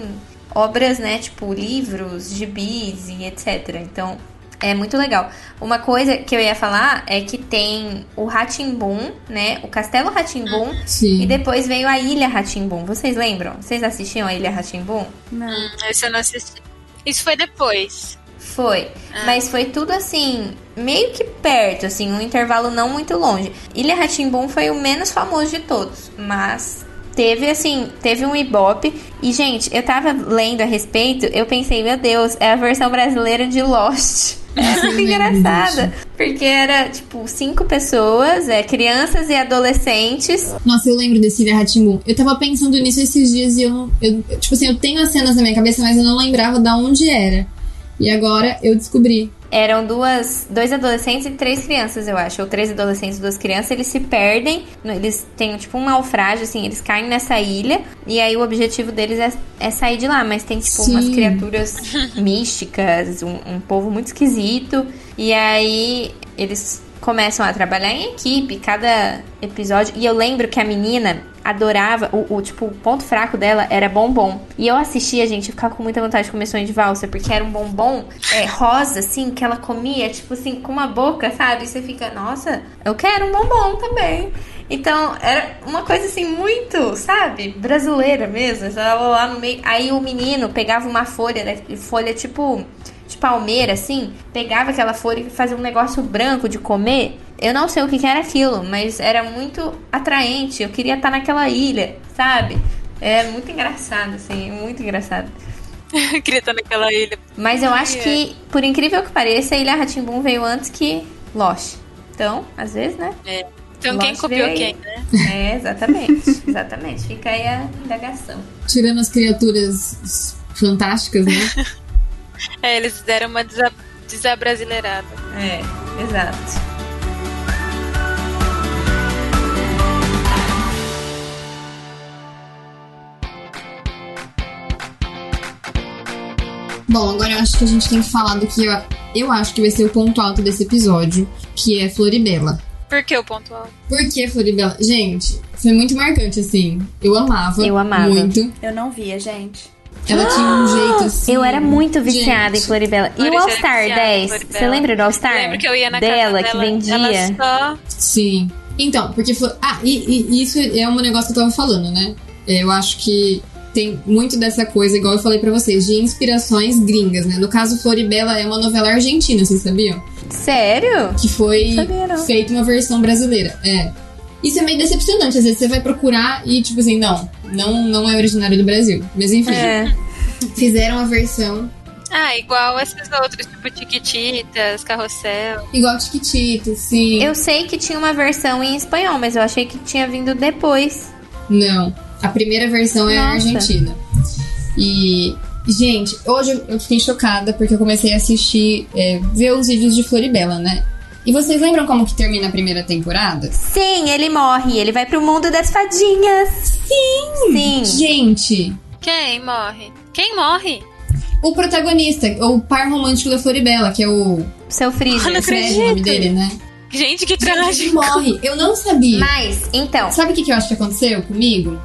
obras, né? Tipo, livros, gibis e etc. Então, é muito legal. Uma coisa que eu ia falar é que tem o Ratimbum, né? O Castelo Ratimbum. E Sim. depois veio a Ilha Ratimbum. Vocês lembram? Vocês assistiam a Ilha Ratimbum? Não. Esse eu não assisti. Isso foi depois. Foi. Mas foi tudo assim, meio que perto, assim, um intervalo não muito longe. Ilha Ratimbum foi o menos famoso de todos, mas teve assim, teve um ibope. E gente, eu tava lendo a respeito, eu pensei, meu Deus, é a versão brasileira de Lost. É muito engraçada, porque era tipo cinco pessoas, é crianças e adolescentes. Nossa, eu lembro desse Ilha Ratimbum. Eu tava pensando nisso esses dias e eu, não- eu. Tipo assim, eu tenho as cenas na minha cabeça, mas eu não lembrava da onde era. E agora eu descobri. Eram duas, dois adolescentes e três crianças, eu acho. Ou três adolescentes e duas crianças. Eles se perdem, no- eles têm tipo um naufrágio, assim, eles caem nessa ilha. E aí o objetivo deles é, é sair de lá. Mas tem tipo umas Sim. criaturas místicas, um, um povo muito esquisito. E aí eles começam a trabalhar em equipe, cada episódio. E eu lembro que a menina adorava, o, o, tipo, o ponto fraco dela era bombom. E eu assistia, gente, eu ficava com muita vontade de comer sonho de valsa, porque era um bombom é, rosa, assim, que ela comia, tipo assim, com uma boca, sabe? E você fica, nossa, eu quero um bombom também. Então, era uma coisa assim, muito, sabe? Brasileira mesmo. Ela lá no meio. Aí o menino pegava uma folha, né, folha tipo de palmeira, assim, pegava aquela folha e fazia um negócio branco de comer. Eu não sei o que, que era aquilo, mas era muito atraente. Eu queria estar naquela ilha, sabe? É muito engraçado, assim, muito engraçado. <laughs> Queria estar naquela ilha. Mas eu acho Ai, que, por incrível que pareça, a Ilha Ratimbum veio antes que Lost. Então, às vezes, né? Então quem Lost copiou veio quem, aí. né? É, exatamente. <laughs> Exatamente. Fica aí a indagação. Tirando as criaturas fantásticas, né? É, eles deram uma desa- desabrasileirada. É, exato. Bom, agora eu acho que a gente tem que falar do que eu, eu acho que vai ser o ponto alto desse episódio, que é Floribela. Por que o ponto alto? Por que Floribela? Gente, foi muito marcante, assim. Eu amava. Eu amava. Ah! Muito. Eu não via, gente. <laughs> Ela tinha um jeito assim. Eu era muito viciada Gente, em Floribela. E o Floribela All era Star é viciada em 10? Floribela. Você lembra do All Star? Lembro que eu ia na Tá. dela, casa que dela. vendia. Ela só... Sim. Então, porque. Flo- Ah, e, e isso é um negócio que eu tava falando, né? Eu acho que tem muito dessa coisa, igual eu falei pra vocês, de inspirações gringas, né? No caso, Floribela é uma novela argentina, vocês sabiam? Sério? Que foi Sabia, não. feita uma versão brasileira. É. Isso é meio decepcionante, às vezes você vai procurar e, tipo assim, não, não, não é originário do Brasil. Mas enfim, É. fizeram a versão Ah, igual esses outros, tipo Tiquititas, Carrossel. igual Tiquitita, assim. Eu sei que tinha uma versão em espanhol, mas eu achei que tinha vindo depois. Não. A primeira versão é a Nossa. argentina. E, gente, hoje eu- eu fiquei chocada porque eu comecei a assistir, é, ver os vídeos de Floribela, né? E vocês lembram como que termina a primeira temporada? Sim, ele morre. Ele vai pro mundo das fadinhas. Sim. Sim. Gente, Quem morre? Quem morre? o protagonista, ou o par romântico da Floribela, que é o Seu freezer. Não Fred, o nome dele, né? Gente, que Ele trágico. morre. Eu não sabia. Mas, então, Sabe o que, que eu acho que aconteceu comigo?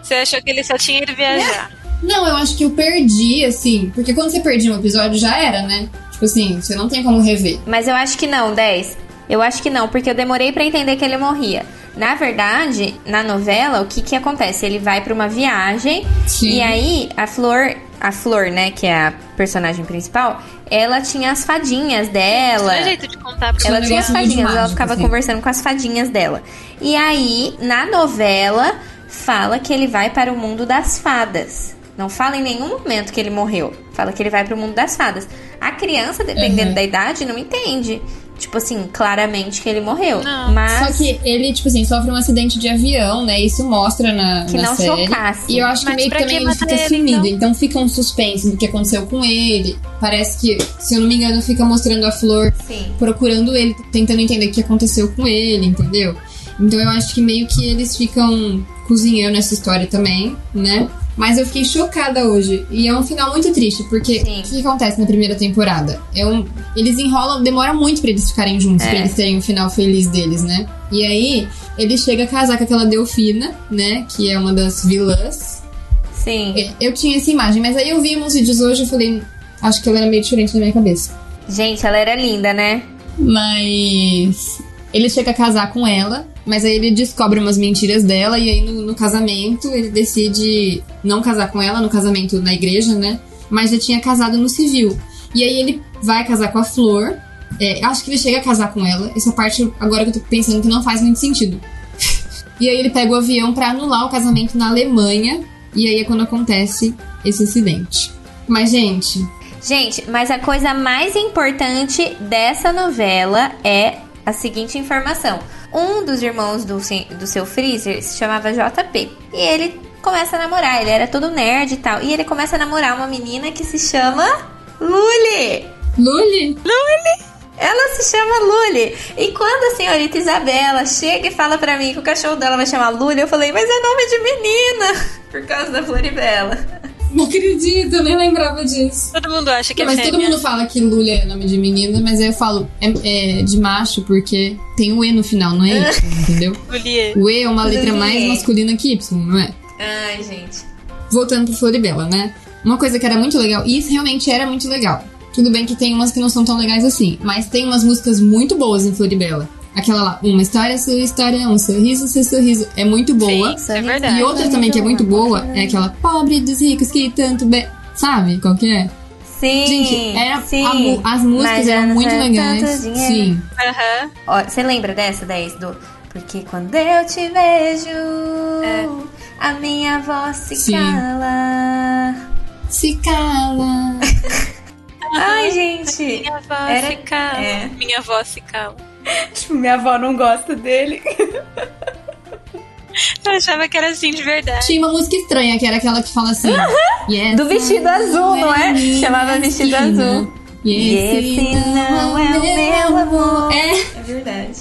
Você achou que ele só tinha ido <laughs> viajar. Não, eu acho que eu perdi, assim. Porque quando você perdia um episódio, já era, né? Tipo assim, você não tem como rever. Mas eu acho que não, 10. Eu acho que não, porque eu demorei pra entender que ele morria. Na verdade, na novela, o que que acontece? Ele vai pra uma viagem Sim. e aí a Flor, a Flor, né, que é a personagem principal, ela tinha as fadinhas dela. Não é jeito de contar pra Tinha Ela um tinha as negócio meio de fadinhas, ela mágica, ficava assim. conversando com as fadinhas dela. E aí, na novela, fala que ele vai para o mundo das fadas. Não fala em nenhum momento que ele morreu. Fala que ele vai para o mundo das fadas. A criança, dependendo Uhum. da idade, não entende. Tipo assim, claramente que ele morreu. Não. Mas Só que ele, tipo assim, sofre um acidente de avião, né? Isso mostra na, que na não série. chocasse. E eu acho que Mas meio que pra também que ele matar fica ele, sumido. então? Então? fica um suspense do que aconteceu com ele. Parece que, se eu não me engano, fica mostrando a flor Sim. procurando ele, tentando entender o que aconteceu com ele, entendeu? Então eu acho que meio que eles ficam cozinhando essa história também, né? Mas eu fiquei chocada hoje. E é um final muito triste, porque Sim. o que acontece na primeira temporada? É um, eles enrolam, demora muito pra eles ficarem juntos, pra eles terem o final feliz deles, né? E aí, ele chega a casar com aquela Delfina, né? Que é uma das vilãs. Sim. É, Eu tinha essa imagem, mas aí eu vi um uns vídeos hoje e falei, "Hum, acho que ela era meio diferente na minha cabeça. Gente, ela era linda, né? Mas ele chega a casar com ela, mas aí ele descobre umas mentiras dela, e aí no, no casamento ele decide não casar com ela, no casamento na igreja, né? Mas já tinha casado no civil. E aí ele vai casar com a Flor. é, acho que ele chega a casar com ela. Essa parte agora que eu tô pensando que não faz muito sentido. <laughs> e aí ele pega o avião pra anular o casamento na Alemanha. E aí é quando acontece esse acidente. Mas, gente, Gente, mas a coisa mais importante dessa novela é a seguinte informação. Um dos irmãos do, se- do seu Freezer se chamava JP. E ele começa a namorar, ele era todo nerd e tal. E ele começa a namorar uma menina que se chama Lully! Lully? Ela se chama Lully. E quando a senhorita Isabela chega e fala pra mim que o cachorro dela vai chamar Lully, eu falei, mas é nome de menina! <laughs> Por causa da Floribela. Não acredito, eu nem lembrava disso. Todo mundo acha que Não, mas é fêmea. todo mundo fala que Lully é nome de menina, mas aí eu falo é, é de macho porque tem o E no final, não <laughs> é Y, entendeu? Lully. O E é uma letra Lully. mais masculina que Y, não é? Ai, gente. voltando pro Floribela, né? Uma coisa que era muito legal, e isso realmente era muito legal. Tudo bem que tem umas que não são tão legais assim, mas tem umas músicas muito boas em Floribela. Aquela lá, uma história, sua história, um sorriso, seu sorriso, é muito boa. Sim, é verdade. e outra também que é muito boa é aquela pobre dos ricos que tanto bem. Sabe qual que é? Sim, Gente, era sim. a mu- as músicas Mas eram ela muito não é legais. tanto dinheiro. Sim. Aham. Ó, Você lembra dessa, 10? Do... Porque quando eu te vejo, a minha voz se É. Sim. cala. Se cala. Ai, gente. Minha avó Era- se cala. é. Minha avó se cala. Tipo, Minha avó não gosta dele. Eu achava que era assim de verdade. Tinha uma música estranha que era aquela que fala assim. Yes, Do vestido azul, não é? menina Chamava vestido esquina. azul. E Yes, esse não é o meu amor. É, É verdade.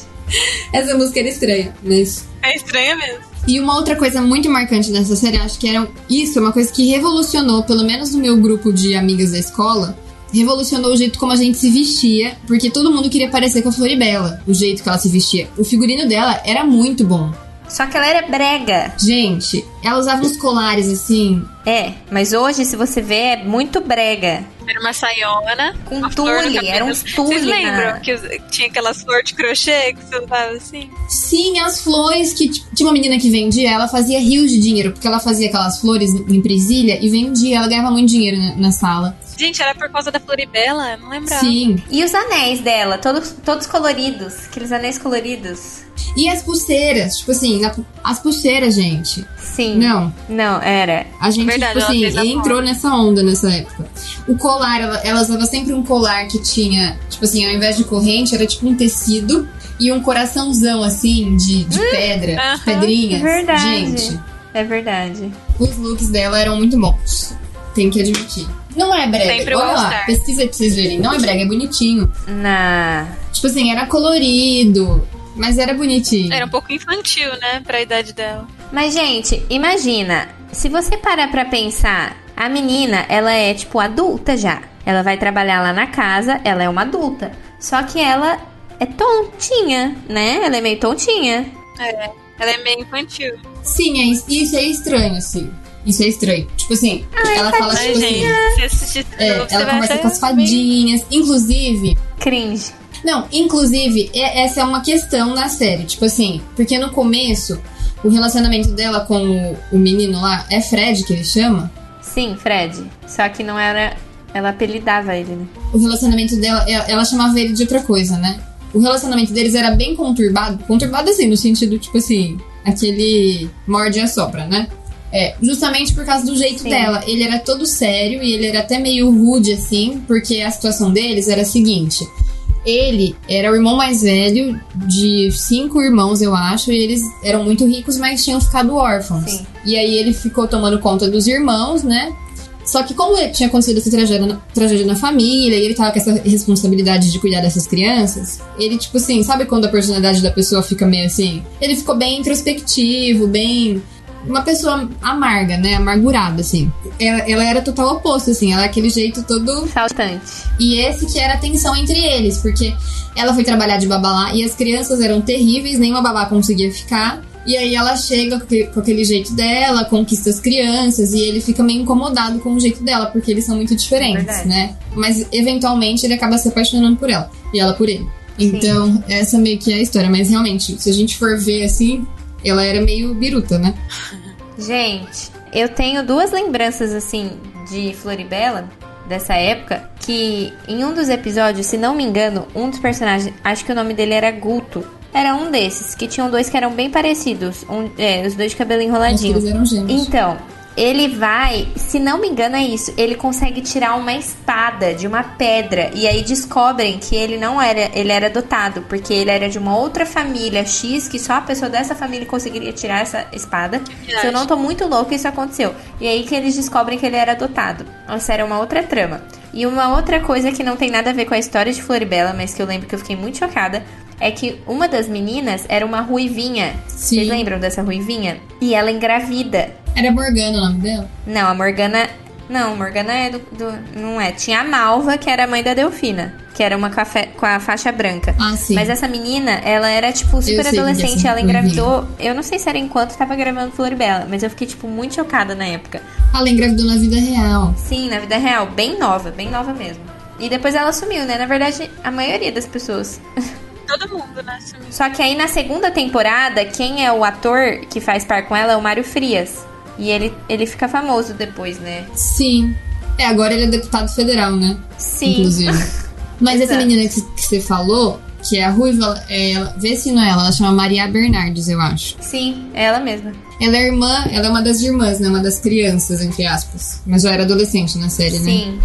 essa música era estranha, mas. É estranha mesmo. E uma outra coisa muito marcante dessa série, eu acho que era isso, é uma coisa que revolucionou, pelo menos no meu grupo de amigas da escola, revolucionou o jeito como a gente se vestia, porque todo mundo queria parecer com a Floribela, o jeito que ela se vestia. O figurino dela era muito bom. Só que ela era brega. Gente, ela usava uns colares assim, É, mas hoje, se você vê, é muito brega. Era uma saiona. Com uma flor no tule, cabelo. era um uns tule Vocês lembram né? na- que os- tinha aquelas flores de crochê que você usava assim? Sim, as flores que tipo, tinha uma menina que vendia, ela fazia rios de dinheiro, porque ela fazia aquelas flores em presilha e vendia, ela ganhava muito dinheiro na, na sala. Gente, era por causa da Floribela? Não lembrava. Sim. E os anéis dela, todos, todos coloridos. Aqueles anéis coloridos. E as pulseiras, tipo assim, na- as pulseiras, gente. Sim. Não, Não, era. a gente, Verdade, ela tipo fez a assim, entrou nessa onda nessa época. O colar, ela, ela usava sempre um colar que tinha, tipo assim, ao invés de corrente, era tipo um tecido e um coraçãozão, assim, de, de pedra, de Hum, aham, pedrinhas. verdade. Gente. É verdade. Os looks dela eram muito bons. Tem que admitir. Não é brega. Sempre o Olha lá, All-Star. pesquisa pra vocês verem. Não é brega, é bonitinho. Na. Tipo assim, era colorido, mas era bonitinho. Era um pouco infantil, né? Pra idade dela. Mas, gente, imagina. Se você parar pra pensar, a menina, ela é, tipo, adulta já. Ela vai trabalhar lá na casa, ela é uma adulta. Só que ela é tontinha, né? Ela é meio tontinha. Ela é meio infantil. Sim, é is- isso é estranho, assim. Isso é estranho. Tipo assim, ela fala, Ai, tipo assim. Ah, é né, gente, se assistir de é, novo, você ela vai conversa até com as meio- fadinhas. Inclusive, Cringe. Não, inclusive, é- essa é uma questão na série. Tipo assim, porque no começo, o relacionamento dela com o, o menino lá, é Fred que ele chama? Sim, Fred. Só que não era. Ela apelidava ele, né? o relacionamento dela, ela ela chamava ele de outra coisa, né? O relacionamento deles era bem conturbado, conturbado assim, no sentido, tipo assim, aquele morde e assopra, né? É, justamente por causa do jeito Sim. dela. Ele era todo sério e ele era até meio rude, assim, porque a situação deles era a seguinte. Ele era o irmão mais velho de cinco irmãos, eu acho, e eles eram muito ricos, mas tinham ficado órfãos. Sim. E aí ele ficou tomando conta dos irmãos, né? Só que como tinha acontecido essa tragédia na, tragédia na família e ele tava com essa responsabilidade de cuidar dessas crianças, ele, tipo assim, sabe quando a personalidade da pessoa fica meio assim? Ele ficou bem introspectivo, bem... Uma pessoa amarga, né? Amargurada, assim. Ela, ela era total oposto, assim. Ela é aquele jeito todo Saltante. e esse que era a tensão entre eles, porque ela foi trabalhar de babá lá e as crianças eram terríveis, nenhuma babá conseguia ficar. E aí ela chega com aquele- com aquele jeito dela, conquista as crianças e ele fica meio incomodado com o jeito dela, porque eles são muito diferentes, Verdade. né? Mas eventualmente ele acaba se apaixonando por ela e ela por ele. Então, essa meio que é a história, mas realmente, se a gente for ver assim, ela era meio biruta, né? Gente, eu tenho duas lembranças assim de Floribela dessa época que em um dos episódios, se não me engano, um dos personagens, acho que o nome dele era Guto, era um desses que tinham dois que eram bem parecidos, um- é, os dois de cabelo Acho que enroladinho. eles eram gêmeos. Então, ele vai, se não me engano é isso, ele consegue tirar uma espada de uma pedra e aí descobrem que ele não era, ele era adotado, porque ele era de uma outra família X que só a pessoa dessa família conseguiria tirar essa espada. Se eu não tô muito louca, isso aconteceu. E aí que eles descobrem que ele era adotado. Essa era uma outra trama. E uma outra coisa que não tem nada a ver com a história de Floribela, mas que eu lembro que eu fiquei muito chocada, é que uma das meninas era uma ruivinha. Sim. Vocês lembram dessa ruivinha? E ela é engravida. Era Morgana o nome dela? Não, a Morgana. Não, Morgana é do, do- Não é. Tinha a Malva, que era a mãe da Delfina, que era uma com a, fe- com a faixa branca. Ah, sim. Mas essa menina, ela era, tipo, super sei é adolescente. dessa Ela engravidou. Eu não sei se era enquanto tava gravando Floribela, mas eu fiquei, tipo, muito chocada na época. Ela engravidou na vida real. Sim, na vida real, bem nova, bem nova mesmo. E depois ela sumiu, né? Na verdade, a maioria das pessoas. <laughs> Todo mundo, né? sumiu. Só que aí na segunda temporada, quem é o ator que faz par com ela é o Mário Frias. E ele, ele fica famoso depois, né? Sim. É, agora ele é deputado federal, né? Sim. <laughs> Inclusive. Mas essa Exato. menina que, que você falou, que é a Ruiva, ela- é, ela, vê se não é ela, ela chama Maria Bernardes, eu acho. Sim, é ela mesma. Ela é irmã, ela é uma das irmãs, né? Uma das crianças, entre aspas. Mas já era adolescente na série, né? Sim.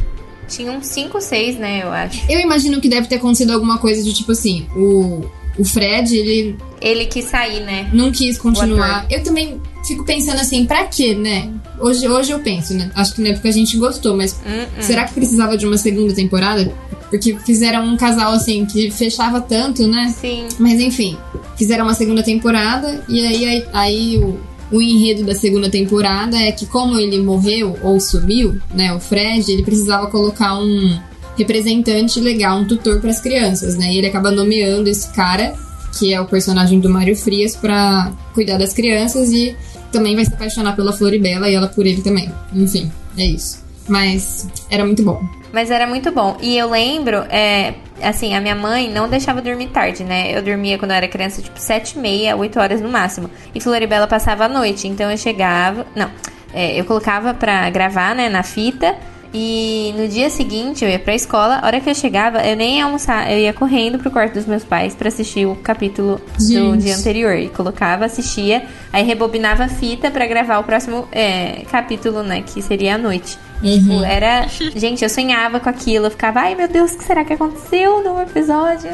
Tinha uns 5, 6, né, eu acho. Eu imagino que deve ter acontecido alguma coisa de tipo assim, o, o Fred, ele Ele quis sair, né? não quis O continuar. Eu também fico pensando assim, pra quê, né? Hoje, hoje eu penso, né? Acho que na época a gente gostou, mas Hum, hum. será que precisava de uma segunda temporada? Porque fizeram um casal assim que fechava tanto, né? Sim. Mas enfim, fizeram uma segunda temporada e aí, aí, aí o, o enredo da segunda temporada é que como ele morreu ou sumiu, né, o Fred, ele precisava colocar um representante legal, um tutor para as crianças, né? E ele acaba nomeando esse cara, que é o personagem do Mário Frias para cuidar das crianças e também vai se apaixonar pela Floribela e ela por ele também. Enfim, é isso. Mas era muito bom. Mas era muito bom. E eu lembro, é, assim, a minha mãe não deixava eu dormir tarde, né? Eu dormia quando eu era criança, tipo, sete e meia, oito horas no máximo. E Floribela passava a noite. Então eu chegava. Não, é, eu colocava pra gravar, né, na fita. E no dia seguinte eu ia pra escola. A hora que eu chegava, eu nem ia almoçar. Eu ia correndo pro quarto dos meus pais pra assistir o capítulo do Gente. dia anterior. E colocava, assistia. Aí rebobinava a fita pra gravar o próximo é, capítulo, né? Que seria à noite. Tipo, era. Gente, eu sonhava com aquilo. Eu ficava, ai meu Deus, o que será que aconteceu no episódio?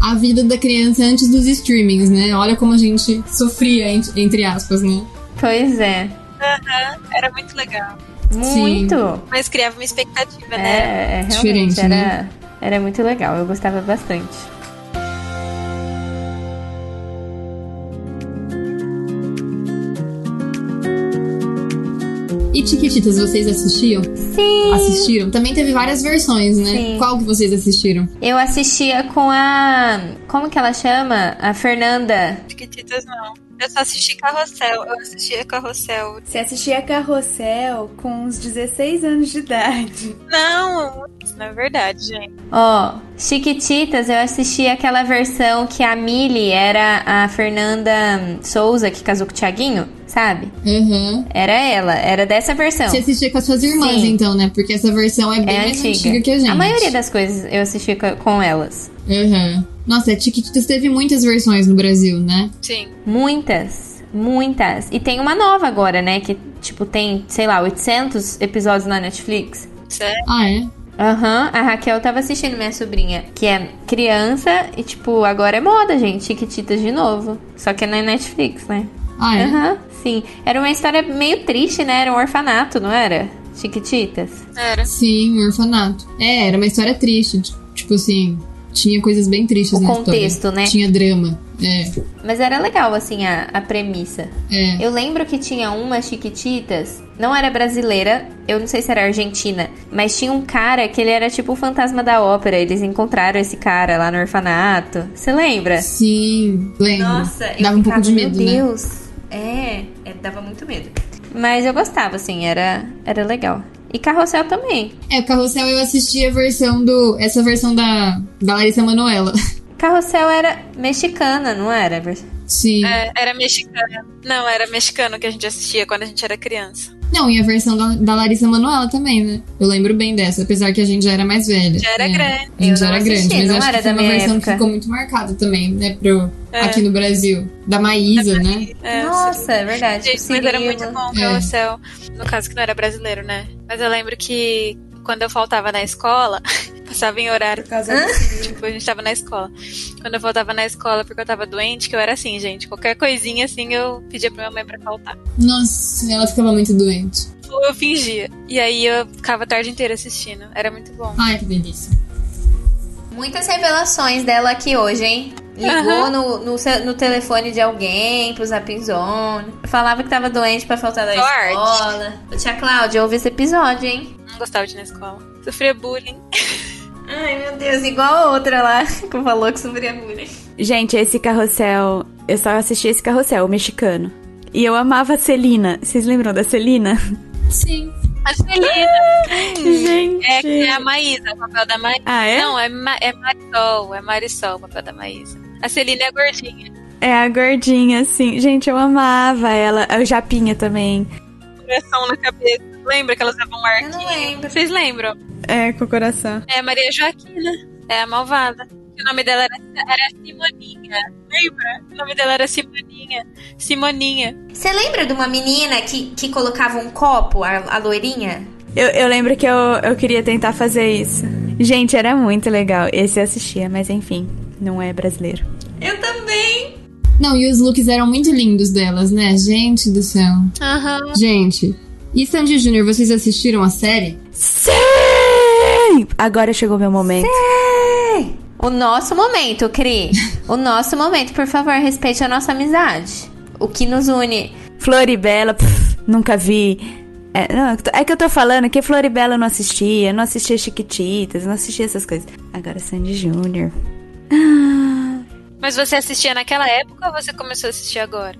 a vida da criança antes dos streamings, né? Olha como a gente sofria, en- entre aspas, né? Pois é. Aham, era muito legal. Muito. Mas criava uma expectativa, É, né? é, realmente Diferente, era, né? era muito legal. Eu gostava bastante. E Tiquititas, vocês assistiam? Sim! Assistiram? Também teve várias versões, né? Sim. Qual que vocês assistiram? Eu assistia com a. Como que ela chama? A É. Fernanda. Chiquititas não. Eu só assisti Carrossel. Eu assistia Carrossel. Você assistia Carrossel com uns 16 anos de idade. Não, na verdade, gente. Ó, Chiquititas, eu assisti aquela versão que a Millie era a Fernanda Souza que casou com o Thiaguinho, sabe? Aham. Era ela, era dessa versão. Você assistia com as suas irmãs, Então. Sim. então, né? Porque essa versão é bem É mais antiga. antiga. que a gente. A maioria das coisas eu assisti co- com elas. Aham. Nossa, Tiquititas teve muitas versões no Brasil, né? Sim. Muitas, muitas. E tem uma nova agora, né? Que, tipo, tem, sei lá, 800 episódios na Netflix. Sério? Ah, é? Aham, a Raquel tava assistindo minha sobrinha, que é criança e, tipo, agora é moda, gente. Chiquititas de novo. Só que é na Netflix, né? Ah, é? Aham, sim. Era uma história meio triste, né? Era um orfanato, não era? Chiquititas. Era. Sim, um orfanato. É, era uma história triste. t- Tipo assim, tinha coisas bem tristes O na contexto, história. né? Tinha drama. É, Mas era legal, assim, a, a premissa. é. Eu lembro que tinha uma Chiquititas, não era brasileira, eu não sei se era argentina, mas tinha um cara que ele era tipo o fantasma da ópera. Eles encontraram esse cara lá no orfanato. Você lembra? Sim, lembro. eu Dava um ficava, pouco de medo, Meu né? Deus. É, é, dava muito medo. Mas eu gostava, assim, era, era legal. E Carrossel também. É, o Carrossel eu assisti a versão do. Essa versão da, da Larissa Manoela. <laughs> Carrossel era mexicana, não era? Sim. Uhum. É, era mexicano. Não, era mexicano que a gente assistia quando a gente era criança. Não, e a versão da, da Larissa Manoela também, né? Eu lembro bem dessa, apesar que a gente já era mais velha. Já era É, grande. A gente Eu já não era assisti, grande, mas não acho era que da foi uma minha versão época. que ficou muito marcada também, né? Pro, É. Aqui no Brasil. Da Maísa, né? É, Nossa, é verdade. Gente, mas era Cirilo. muito bom o É. carrossel. No caso que não era brasileiro, né? Mas eu lembro que quando eu faltava na escola, <laughs> passava em horário. Por causa do Tipo, a gente tava na escola. Quando eu voltava na escola porque eu tava doente, que eu era assim, gente. Qualquer coisinha assim eu pedia pra minha mãe pra faltar. Nossa, ela ficava muito doente. ou eu fingia. E aí eu ficava a tarde inteira assistindo. Era muito bom. Ai, que delícia. Muitas revelações dela aqui hoje, hein? Ligou no, no, ce- no telefone de alguém, pro Zapzone. Falava que tava doente pra faltar da Sorte. escola. Ô, Tia Cláudia, ouve esse episódio, hein? Não gostava de ir na escola. Sofria bullying. Ai, meu Deus, igual a outra lá <laughs> que falou que sobre a mulher. Gente, esse carrossel. Eu só assisti esse carrossel, o mexicano. E eu amava a Celina. Vocês lembram da Celina? Sim. A Celina. Gente. É, que é a Maísa, o papel da Maísa. Ah, é? Não, é, Ma é Marisol. É Marisol, o papel da Maísa. A Celina é a gordinha. É a gordinha, sim. Gente, eu amava ela. O Japinha também. Coração na cabeça. Lembra que elas levam Eu um arquinho? não lembro. Vocês lembram? É, com o coração. É a Maria Joaquina. É a malvada. O nome dela era, era Simoninha. Lembra? O nome dela era Simoninha. Simoninha. Você lembra de uma menina que, que colocava um copo, a, a loirinha? Eu, eu lembro que eu, eu queria tentar fazer isso. Gente, era muito legal. Esse eu assistia, mas enfim, não é brasileiro. Eu também. Não, e os looks eram muito lindos delas, né? Gente do céu. Aham. Gente. E Sandy Júnior, vocês assistiram a série? Sim! Agora chegou meu momento. É. O nosso momento, Cri. O nosso momento, por favor, respeite a nossa amizade. O que nos une. Floribela, pff, nunca vi. É, não, é que eu tô- é que eu tô falando que Floribela eu não assistia, não assistia Chiquititas, não assistia essas coisas. Agora Sandy Júnior. <gasps> Mas você assistia naquela época ou você começou a assistir agora?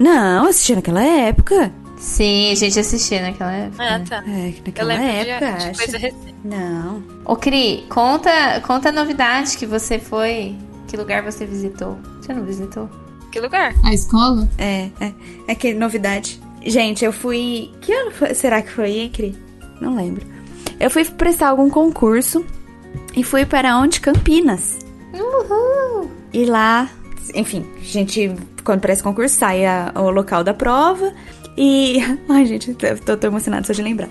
Não, assistia naquela época. Sim, a gente assistia naquela época. Ah, tá. É, Eu naquela lembro de- época, de, acho. coisa recente. Não. Ô, Cri, conta, conta a novidade que você foi. Que lugar você visitou? Você não visitou? Que lugar? A escola? É, é. É que novidade. Gente, eu fui. Que ano foi- será que foi, hein, Cri? Não lembro. Eu fui prestar algum concurso e fui para onde? Campinas. Uhul! E lá, enfim, a gente, quando presta concurso, sai a- o local da prova. E. <laughs> Ai, gente, eu tô, tô emocionada só de lembrar.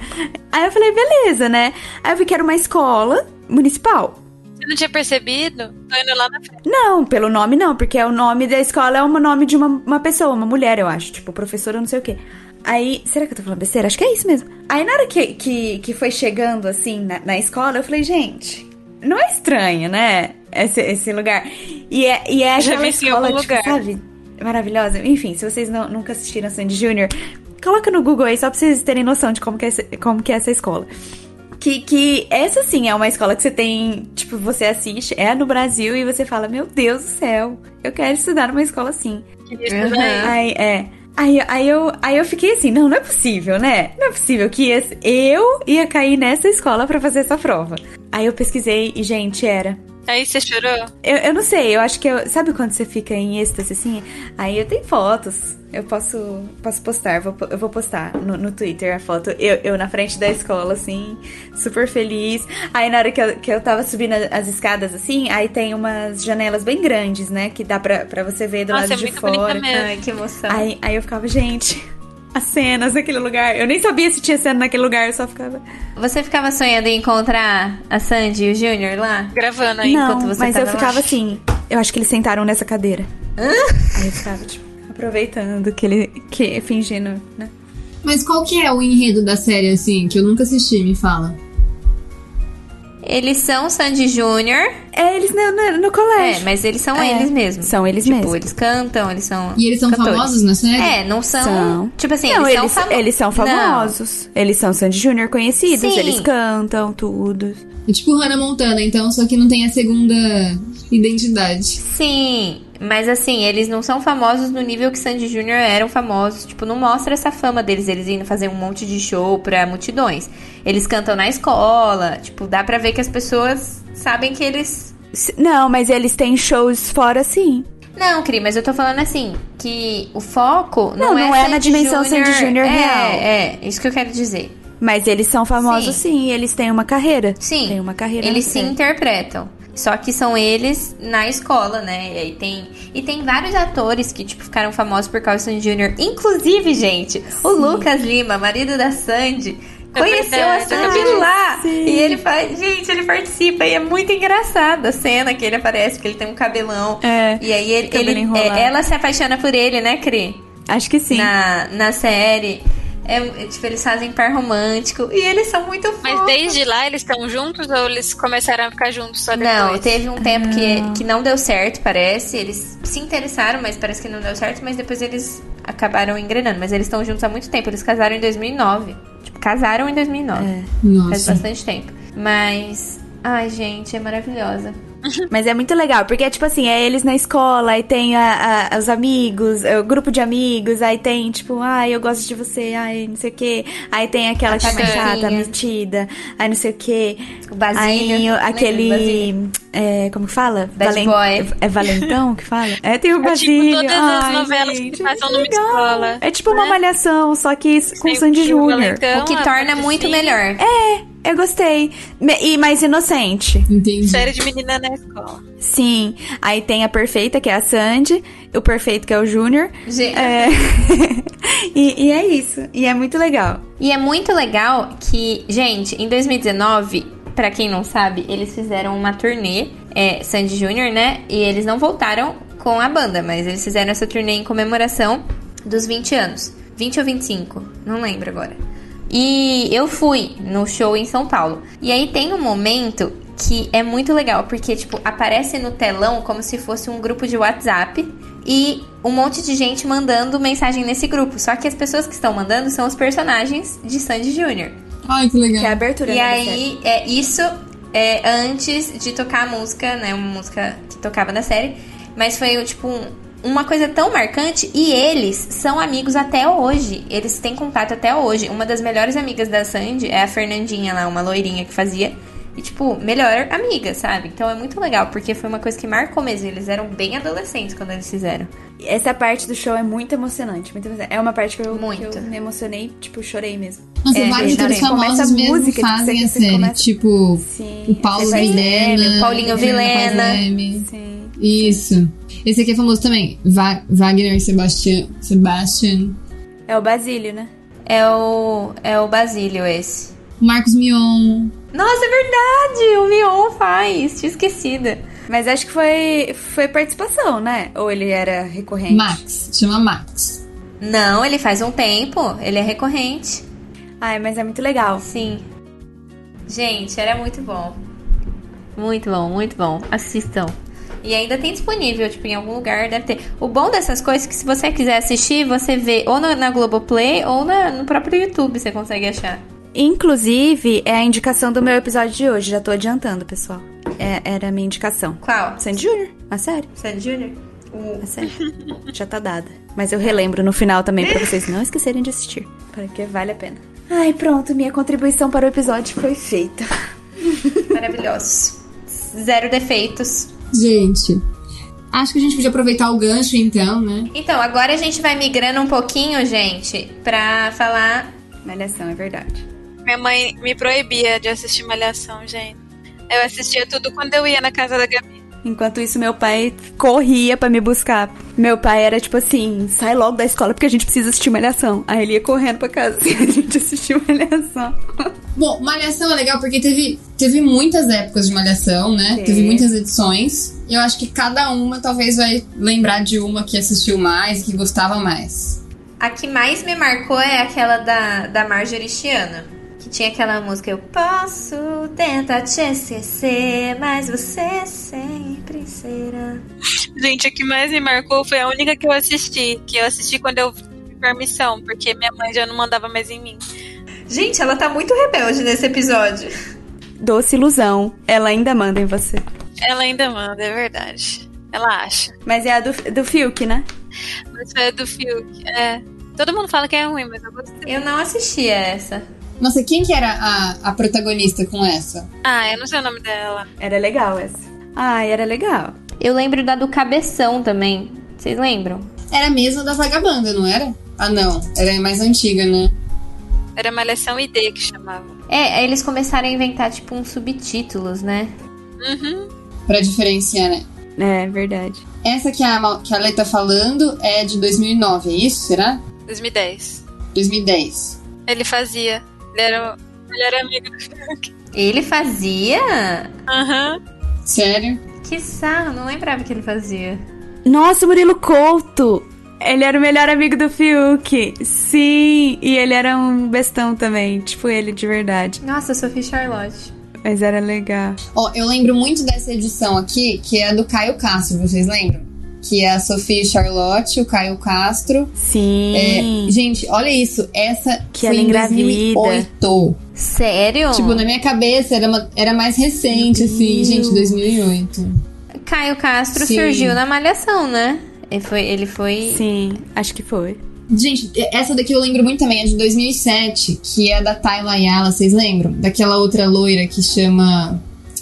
Aí eu falei, beleza, né? Aí eu vi que era uma escola municipal. Você não tinha percebido? Tô indo lá na frente. Não, pelo nome não, porque é o nome da escola é o nome de uma, uma pessoa, uma mulher, eu acho. Tipo, professora, não sei o quê. Aí, será que eu tô falando besteira? Acho que é isso mesmo. Aí, na hora que, que, que foi chegando, assim, na, na escola, eu falei, gente, não é estranho, né? Esse, esse lugar. E é, e é Eu já aquela vi isso em escola, algum tipo, lugar. sabe? Maravilhosa. Enfim, se vocês não- nunca assistiram Sandy Júnior, coloca no Google aí, só pra vocês terem noção de como que é, esse- como que é essa escola. Que, que essa sim é uma escola que você tem, tipo, você assiste, é no Brasil e você fala, meu Deus do céu, eu quero estudar numa escola assim. Uhum. Aí, é. Aí, aí, eu, aí eu fiquei assim, não, não é possível, né? Não é possível que esse- eu ia cair nessa escola pra fazer essa prova. Aí eu pesquisei e, gente, era. Aí você chorou? Eu, eu não sei, eu acho que eu. Sabe quando você fica em êxtase assim? Aí eu tenho fotos. Eu posso, posso postar, vou po- eu vou postar no, no Twitter a foto. Eu, eu na frente da escola, assim, super feliz. Aí na hora que eu, que eu tava subindo as escadas, assim, aí tem umas janelas bem grandes, né? Que dá pra, pra você ver do Nossa, é lado de muito bonita fora. mesmo. Ai, que emoção. Aí, aí eu ficava, gente, <laughs> as cenas naquele lugar. Eu nem sabia se tinha cena naquele lugar, eu só ficava. Você ficava sonhando em encontrar a Sandy e o Junior lá? Gravando aí. não, enquanto você mas tava eu lá? ficava assim. Eu acho que eles sentaram nessa cadeira. Aí eu ficava, tipo, aproveitando que ele. que fingindo, né? Mas qual que é o enredo da série, assim, que eu nunca assisti, me fala? Eles são Sandy Júnior. É, eles no, no, no É, colégio. mas eles são É, eles mesmos. são eles tipo, mesmos. eles cantam, eles são. E eles são cantores. famosos na série? É, não são. né? São. Tipo assim, não, eles, eles, são famo- eles são famosos. Eles são Sandy Júnior conhecidos, Sim. eles cantam tudo. É tipo Hannah Montana, então, só que não tem a segunda identidade. Não, Sim, mas assim, eles não são famosos no nível que Sandy Júnior eram famosos. Tipo, não mostra essa fama deles, eles indo fazer um monte de show pra multidões. Eles cantam na escola, tipo, dá pra ver que as pessoas sabem que eles. S- Não, mas eles têm shows fora sim. Não, Cri, mas eu tô falando assim, que o foco não, Não, não é na Sandy dimensão Júnior. Sandy Júnior é, real. É, isso que eu quero dizer. Mas eles são famosos Sim. sim, e eles têm uma carreira. Sim. Tem uma carreira. Eles na se série. interpretam. Só que são eles na escola, né? E aí tem. E tem vários atores que, tipo, ficaram famosos por causa do Sandy Júnior. Inclusive, gente, o Lucas Lima, marido da Sandy, É conheceu verdade, a eu Sandy acabei de- lá. Sim. E ele faz. Gente, ele participa. E é muito engraçada a cena que ele aparece, que ele tem um cabelão. É. E aí ele, cabelo ele- enrolado. é, ela se apaixona por ele, né, Cri? Acho que sim. Na, na série. É, tipo, eles fazem par romântico e eles são muito fofos. Mas desde lá eles estão juntos ou eles começaram a ficar juntos só depois? Não, teve um tempo que, que não deu certo, parece. Eles se interessaram, mas parece que não deu certo. Mas depois eles acabaram engrenando. Mas eles estão juntos há muito tempo. Eles casaram em 2009. Tipo, casaram em 2009. Faz Nossa. bastante tempo. Mas. Ai, gente, é maravilhosa. Mas é muito legal, porque é tipo assim, é eles na escola, aí tem a- a- os amigos, é o grupo de amigos, aí tem tipo, ai, eu gosto de você, ai, não sei o quê. Aí tem aquela que Tadinha. é chata, metida, aí não sei o quê. O Basílio. Aí o- lembra do Basílio? aquele. é, como que fala? Bad boy. É Valentão que fala? É, tem o É tipo Basílio. todas ai, as novelas gente, que passam é numa muito legal. escola. né? É tipo uma malhação, só que com Tem Sandy o Júnior. um É, Valentão, O que a torna muito Patricinha, melhor. Eu gostei. Me- E mais inocente. Entendi. Série de menina na escola. Sim. Aí tem a perfeita, que é a Sandy. O perfeito, que é o Júnior. Gente, É. <laughs> e, e é isso. E é muito legal. E é muito legal que, gente, em 2019, pra quem não sabe, eles fizeram uma turnê, é, Sandy Júnior, né? E eles não voltaram com a banda, mas eles fizeram essa turnê em comemoração dos 20 anos. 20 ou 25, não lembro agora. E eu fui no show em São Paulo. E aí tem um momento que é muito legal, porque, tipo, aparece no telão como se fosse um grupo de WhatsApp e um monte de gente mandando mensagem nesse grupo. Só que as pessoas que estão mandando são os personagens de Sandy Júnior. Ai, que Que é a legal. abertura E né, da série. aí, é isso é antes de tocar a música, né? Uma música que tocava na série. Mas foi, tipo, um- uma coisa tão marcante. E eles são amigos até hoje. Eles têm contato até hoje. Uma das melhores amigas da Sandy é a Fernandinha lá, uma loirinha que fazia. E, tipo, melhor amiga, sabe? Então é muito legal, porque foi uma coisa que marcou mesmo. Eles eram bem adolescentes quando eles fizeram. Essa parte do show é muito emocionante. Muito emocionante. É uma parte que eu, que Muito. eu me emocionei, tipo, chorei mesmo. Nossa, é, vários gente, atores também. Começa famosos a mesmo música, fazem você- a você série. começa- Tipo, Sim. o Paulo Você vai- Vilhena. Paulinho Vilhena. Vilhena. Sim. Isso. Esse aqui é famoso também. Va- Wagner Sebastian. Sebastian. É o Basílio, né? É o, é o Basílio esse. Marcos Mion. Nossa, é verdade! O Mion faz! Tinha esquecida. Mas acho que foi, foi participação, né? Ou ele era recorrente? Max. Chama Max. Não, ele faz um tempo. Ele é recorrente. Ai, mas é muito legal. Sim. Gente, era muito bom. Muito bom, muito bom. Assistam. E ainda tem disponível, tipo, em algum lugar deve ter. O bom dessas coisas é que se você quiser assistir, você vê ou na, na Globoplay ou na- no próprio YouTube você consegue achar. Inclusive, é a indicação do meu episódio de hoje. Já tô adiantando, pessoal. É- era a minha indicação. Qual? Sandy Júnior, a série. Sandy Júnior? O- A série. Já tá dada. Mas eu relembro no final também pra vocês não esquecerem de assistir. Porque vale a pena. Ai, pronto. Minha contribuição para o episódio foi feita. Maravilhosos. Zero defeitos. Gente. Acho que a gente podia aproveitar o gancho, então, né? Então, agora a gente vai migrando um pouquinho, gente, pra falar. Malhação, é verdade. Minha mãe me proibia de assistir Malhação, gente. Eu assistia tudo quando eu ia na casa da Gabi. Enquanto isso, meu pai corria pra me buscar. Meu pai era tipo assim: sai logo da escola porque a gente precisa assistir Malhação. Aí ele ia correndo pra casa <laughs> e a gente assistiu Malhação. Bom, Malhação é legal porque teve, teve muitas épocas de Malhação, né? Sim. Teve muitas edições. E eu acho que cada uma talvez vai lembrar de uma que assistiu mais, que gostava mais. A que mais me marcou é aquela da, da Marjorie Chiana. Que tinha aquela música Eu posso tentar te esquecer, mas você sempre será. Tipo, Gente, a que mais me marcou foi a única que eu assisti. Que eu assisti quando eu tive permissão, porque minha mãe já não mandava mais em mim. Gente, ela tá muito rebelde nesse episódio. Doce ilusão. Ela ainda manda em você. Ela ainda manda, é verdade. Ela acha. Mas é a do, do Fiuk, né? Mas foi a do Fiuk. É. Todo mundo fala que é ruim, mas eu gostei. Eu não assisti a essa. Nossa, quem que era a, a protagonista com essa? Ah, eu não sei o nome dela. Era legal essa. Ai, Ah, era legal. Eu lembro da do Cabeção também. Vocês lembram? Era a mesma da Vagabanda, não era? Ah, não. Era mais antiga, né? Era Malhação ID que chamava. É, eles começaram a inventar, tipo, uns subtítulos, né? Uhum. Pra diferenciar, né? É, verdade. Essa que a, Mal- que a Lê tá falando é de 2009, é isso? Será? 2010. 2010. Ele fazia. Ele era o melhor amigo do Fiuk. Ele fazia? Aham. Sério? Que sarro, não lembrava que ele fazia. Nossa, Murilo Couto! Ele era o melhor amigo do Fiuk. Sim, e ele era um bestão também, tipo ele de verdade. Nossa, Sophie Charlotte. Mas era legal. Ó, eu lembro muito dessa edição aqui, que é a do Caio Castro, vocês lembram? Que é a Sofia Charlotte, o Caio Castro. Sim. É, gente, olha isso. Essa Que foi ela em engravida. Oh. 2008. Sério? Tipo, na minha cabeça era, uma- era mais recente, assim. Gente, 2008. Caio Castro Sim. surgiu na Malhação, né? Ele foi. Ele foi... Sim, acho que foi. Gente, essa daqui eu lembro muito também. É de 2007, que é da Tayla Ayala, vocês lembram? Daquela outra loira que chama...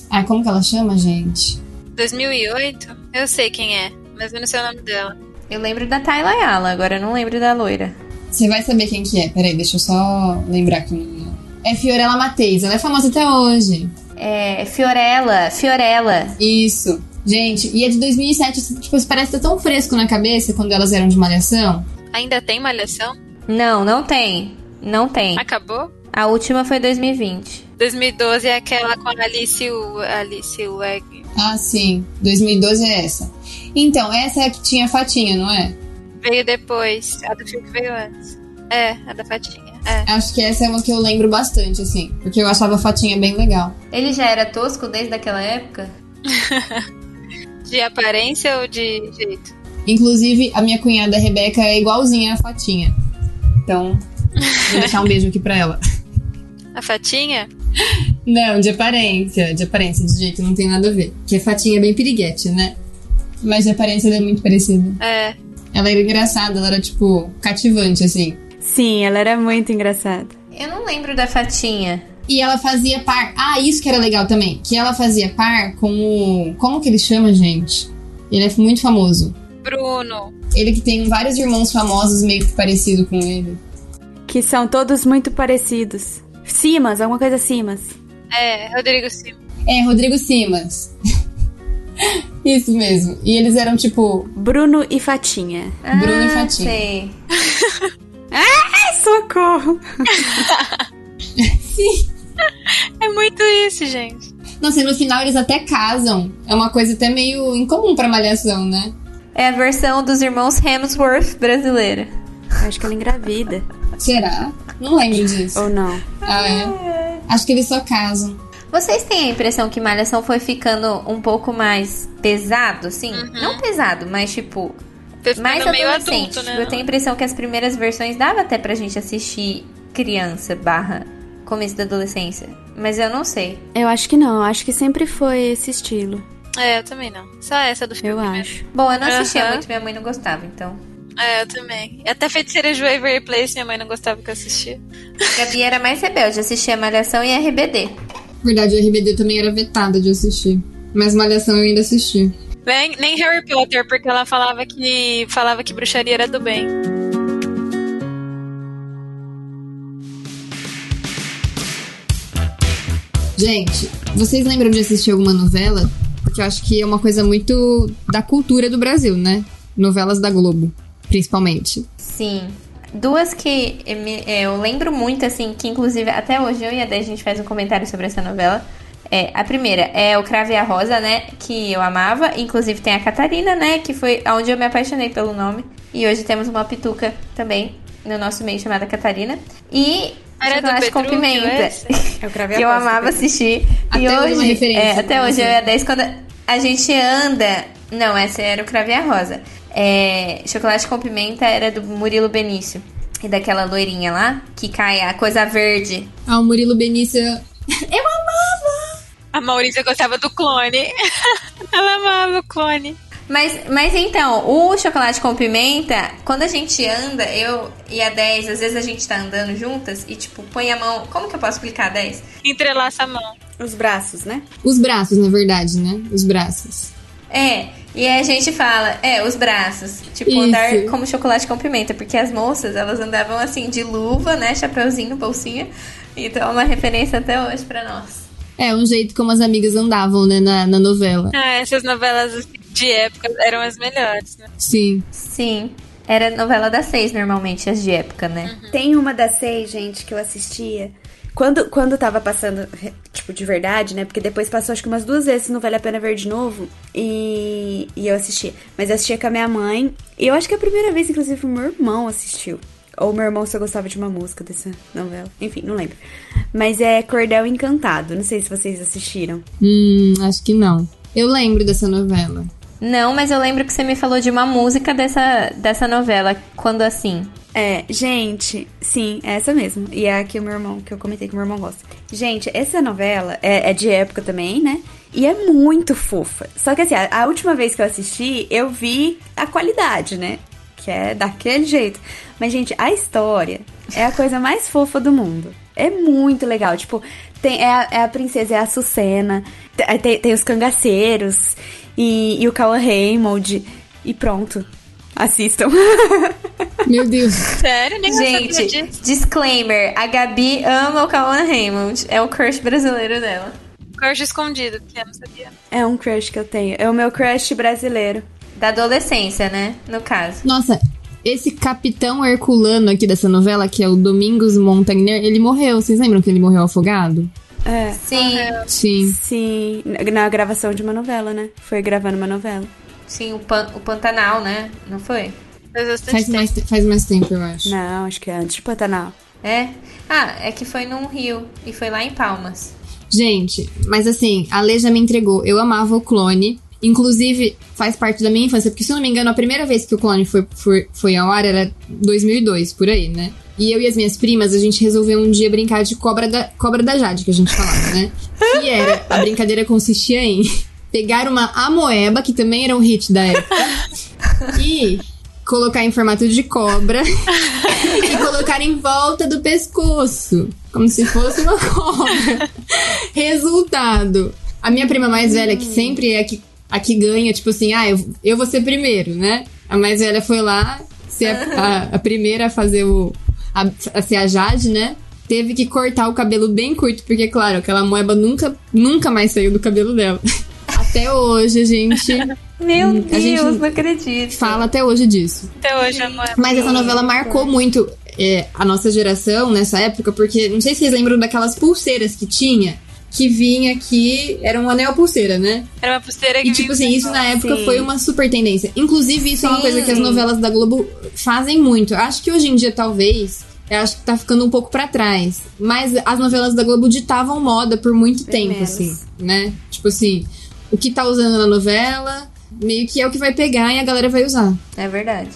Ah, como que ela chama, gente? 2008? Eu sei quem é, mas eu não sei o nome dela. Eu lembro da Tayla Ayala, agora eu não lembro da loira. Você vai saber quem que é. Peraí, deixa eu só lembrar quem é. É Fiorella Mateis. Ela é famosa até hoje. É, Fiorella, Fiorella. Isso. Gente, e é de 2007. isso, Tipo, isso parece estar tão fresco na cabeça quando elas eram de malhação. Ainda tem malhação? Não, não tem. Não tem. Acabou? A última foi 2020. 2012 é aquela com a Alice, o, Alice Weg. Ah, sim. 2012 é essa. Então, essa é a que tinha fatinha, não é? Veio depois. A do filme veio antes. É, a da Fatinha. É. Acho que essa é uma que eu lembro bastante, assim. Porque eu achava a fatinha bem legal. Ele já era tosco desde aquela época? De aparência ou de jeito? Inclusive, a minha cunhada Rebeca é igualzinha à fatinha. Então, vou deixar um beijo aqui pra ela. A Fatinha? Não, de aparência. De aparência, de jeito não tem nada a ver. Porque a fatinha é bem piriguete, né? Mas de aparência ela é muito parecida. É. Ela era engraçada, ela era, tipo, cativante, assim. Sim, ela era muito engraçada. Eu não lembro da Fatinha. E ela fazia par. Ah, isso que era legal também. Que ela fazia par com o. Como que ele chama, gente? Ele é muito famoso. Bruno. Ele que tem vários irmãos famosos meio que parecido com ele. Que são todos muito parecidos. Simas, alguma coisa Simas. É, Rodrigo Silva. É, Rodrigo Simas. <laughs> isso mesmo. E eles eram tipo. Bruno e Fatinha. Bruno e Ah, Fatinha. Sei. Ai, socorro! É muito isso, gente. Nossa, e no final eles até casam. É uma coisa até meio incomum pra malhação, né? É a versão dos irmãos Hemsworth brasileira. Eu Acho que ela engravida. Será? Não lembro disso. Ou Oh, não? Ah, é. Acho que eles só casam. Vocês têm a impressão que Malhação foi ficando um pouco mais pesado, assim? Não pesado, mas tipo, Tô ficando mais meio adolescente. adulto, né? Tipo, eu tenho a impressão que as primeiras versões dava até pra gente assistir criança barra começo da adolescência. Mas eu não sei. Eu acho que não, eu acho que sempre foi esse estilo. É, eu também não. Só essa do filme. Eu mesmo. acho. Bom, eu não assistia Aham. muito, minha mãe não gostava, então. É, eu também. Até Feiticeira de Waverly Place, minha mãe não gostava que eu assistia. Gabi era mais rebelde, assistia Malhação e RBD. Verdade, o RBD também era vetada de assistir. Mas Malhação eu ainda assisti. Nem, nem Harry Potter, porque ela falava que falava que bruxaria era do bem. Gente, vocês lembram de assistir alguma novela? Porque eu acho que é uma coisa muito da cultura do Brasil, né? Novelas da Globo, principalmente. Sim. Duas que eu me- eu lembro muito, assim, que inclusive até hoje eu e a Dé, a gente faz um comentário sobre essa novela. É, a primeira é o Crave e a Rosa, né? Que eu amava. Inclusive tem a Catarina, né? Que foi onde eu me apaixonei pelo nome. E hoje temos uma pituca também no nosso meio chamada Catarina. E Era do é Chocolate com Petrúquio Pimenta. essa? <laughs> Eu que eu amava assistir. e Até hoje é uma hoje, referência, é, até pra hoje você. eu ia 10 quando a gente anda. Não, essa era o Crave e a Rosa. É, Chocolate com Pimenta era do Murilo Benício. E daquela loirinha lá, que cai a coisa verde. Ah, o Murilo Benício. A Maurícia gostava do clone. <laughs> ela amava o clone. Mas, mas então, o chocolate com pimenta, quando a gente anda, eu e a 10, às vezes a gente tá andando juntas e, tipo, põe a mão. Como que eu posso explicar a 10? Entrelaça a mão. Os braços, né? Os braços, na verdade, né? Os braços. É, e aí a gente fala, é, os braços. Tipo, Isso. andar como chocolate com pimenta, porque as moças, elas andavam assim, de luva, né? Chapeuzinho, bolsinha. Então é uma referência até hoje pra nós. É, um jeito como as amigas andavam, né? Na, na novela. Ah, essas novelas assim, de época eram as melhores, né? Sim. Sim. Era novela das seis, normalmente, as de época, né? Tem uma das seis, gente, que eu assistia. Quando, quando tava passando, tipo, de verdade, né? Porque depois passou acho que umas duas vezes não Vale a Pena Ver de novo. E, e eu assisti. Mas eu assistia com a minha mãe. E eu acho que é a primeira vez, inclusive, o meu irmão assistiu. Ou meu irmão só gostava de uma música dessa novela. Enfim, não lembro. Mas é Cordel Encantado. Não sei se vocês assistiram. Hum, acho que não. Eu lembro dessa novela. Não, mas eu lembro que você me falou de uma música dessa, dessa novela. Quando assim? É, gente, sim, é essa mesmo. E é a que o meu irmão, que eu comentei que o meu irmão gosta. Gente, essa novela é, é de época também, né? E é muito fofa. Só que assim, a, a última vez que eu assisti, eu vi a qualidade, né? Que é daquele jeito. Mas, gente, a história é a coisa mais fofa do mundo. É muito legal. Tipo, tem, é, a, é a princesa, é a Sucena, tem, tem, tem os cangaceiros e, e o Cauan Raymond. E pronto. Assistam. <laughs> Meu Deus. Sério, nem eu sabia Gente, disso. disclaimer: a Gabi ama o Kawan Raymond. É o crush brasileiro dela. Crush escondido, que eu não sabia. É um crush que eu tenho. É o meu crush brasileiro. Da adolescência, né? No caso. <laughs> Nossa, esse capitão herculano aqui dessa novela, que é o Domingos Montagnier, ele morreu. Vocês lembram que ele morreu afogado? É. Sim, Sim. Sim, na- na gravação de uma novela, né? Foi gravando uma novela. sim, o, Pan- o Pantanal, né? Não foi? Faz bastante Faz tempo. mais, te- faz mais tempo, eu acho. Não, acho que é antes de Pantanal. É? Ah, é que foi num rio e foi lá em Palmas. Gente, mas assim, a Lê já me entregou. Eu amava o clone. Inclusive, faz parte da minha infância, porque se eu não me engano, a primeira vez que o clone foi, foi, foi ao ar era 2002, por aí, né? E eu e as minhas primas, a gente resolveu um dia brincar de cobra da, cobra da Jade, que a gente falava, né? Que era, a brincadeira consistia em <laughs> pegar uma amoeba, que também era um hit da época, e colocar em formato de cobra <laughs> e colocar em volta do pescoço, como se fosse uma cobra. <laughs> Resultado: a minha prima mais velha, que sempre é a que, a que ganha, tipo assim, ah, eu, eu vou ser primeiro, né? A mais velha foi lá, ser a, a- a primeira a fazer o. A, a ser a Jade, né? Teve que cortar o cabelo bem curto, porque, claro, aquela moeba nunca, nunca mais saiu do cabelo dela. <laughs> Até hoje, a gente Meu a gente Deus, não acredito. fala até hoje disso. Até hoje, amor. Mas essa novela marcou muito é, a nossa geração nessa época, porque não sei se vocês lembram daquelas pulseiras que tinha, que vinha aqui, era um anel pulseira, né? Era uma pulseira que E tipo vinha assim, com isso na época Sim. foi uma super tendência. Inclusive, isso é uma Sim. coisa que as novelas da Globo fazem muito. Acho que hoje em dia, talvez, eu acho que tá ficando um pouco pra trás. Mas as novelas da Globo ditavam moda por muito Bem tempo, menos. assim, né? Tipo assim, o que tá usando na novela, meio que é o que vai pegar e a galera vai usar. É verdade.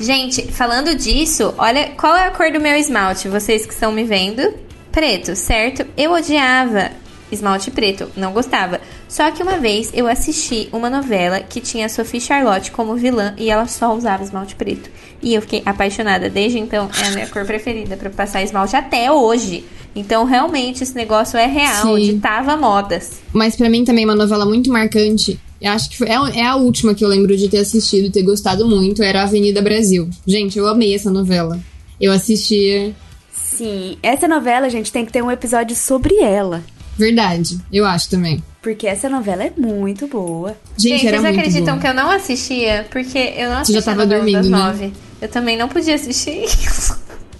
Gente, falando disso, olha qual é a cor do meu esmalte, vocês que estão me vendo. Preto, certo? Eu odiava esmalte preto, não gostava. Só que uma vez eu assisti uma novela que tinha a Sophie Charlotte como vilã e ela só usava esmalte preto. E eu fiquei apaixonada. Desde então, é a minha cor preferida pra passar esmalte até hoje. Então, realmente, esse negócio é real, Sim. ditava modas. Mas pra mim também é uma novela muito marcante. Eu acho que foi- é, é a última que eu lembro de ter assistido, ter gostado muito, era Avenida Brasil. Gente, eu amei essa novela. Eu assistia. Sim, essa novela, gente, tem que ter um episódio sobre ela. Verdade, eu acho também. Porque essa novela é muito boa. Gente, era vocês muito acreditam boa. que eu não assistia? Porque eu não Você já assistia tava a novela das dormindo, né? nove. Eu também não podia assistir. <laughs>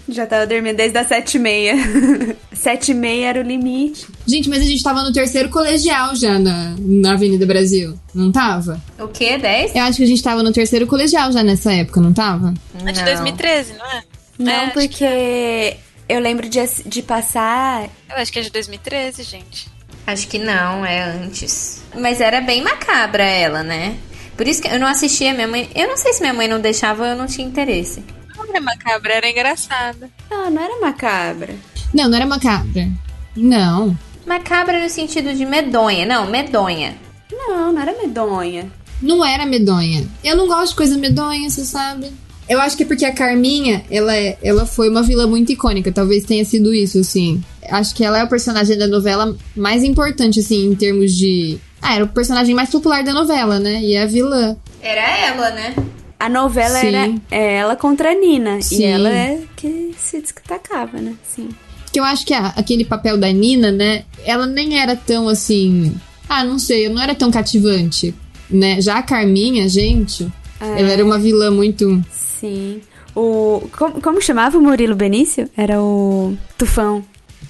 Já tava dormindo desde as sete e meia. <laughs> sete e meia era o limite. Gente, mas a gente tava no terceiro colegial já na, na Avenida Brasil, não tava? o quê? Dez? Eu acho que a gente tava no terceiro colegial já nessa época, não tava? É de Não. 2013, não é? Não, É, acho que- porque eu lembro de, ass- de passar. Eu acho que é de 2013, gente. Acho que não, é antes. Mas era bem macabra ela, né? Por isso que eu não assistia minha mãe. Eu não sei se minha mãe não deixava ou eu não tinha interesse. Não era macabra, era engraçada. Ah, Não, não era macabra. Não, não era macabra. Não. Macabra no sentido de medonha. Não, medonha. Não, não era medonha. Não era medonha. Eu não gosto de coisa medonha, você sabe. Eu acho que é porque a Carminha, ela, é- ela foi uma vilã muito icônica. Talvez tenha sido isso, assim. Acho que ela é o personagem da novela mais importante, assim, em termos de. Ah, era o personagem mais popular da novela, né? E é a vilã. Era ela, né? A novela Sim. era é ela contra a Nina. Sim. E ela é que se destacava, né? Sim. Que eu acho que a- aquele papel da Nina, né? Ela nem era tão assim. Ah, não sei, não era tão cativante, né? Já a Carminha, gente, ela era uma vilã muito. Sim. O. Como, como chamava o Murilo Benício? Era o Tufão.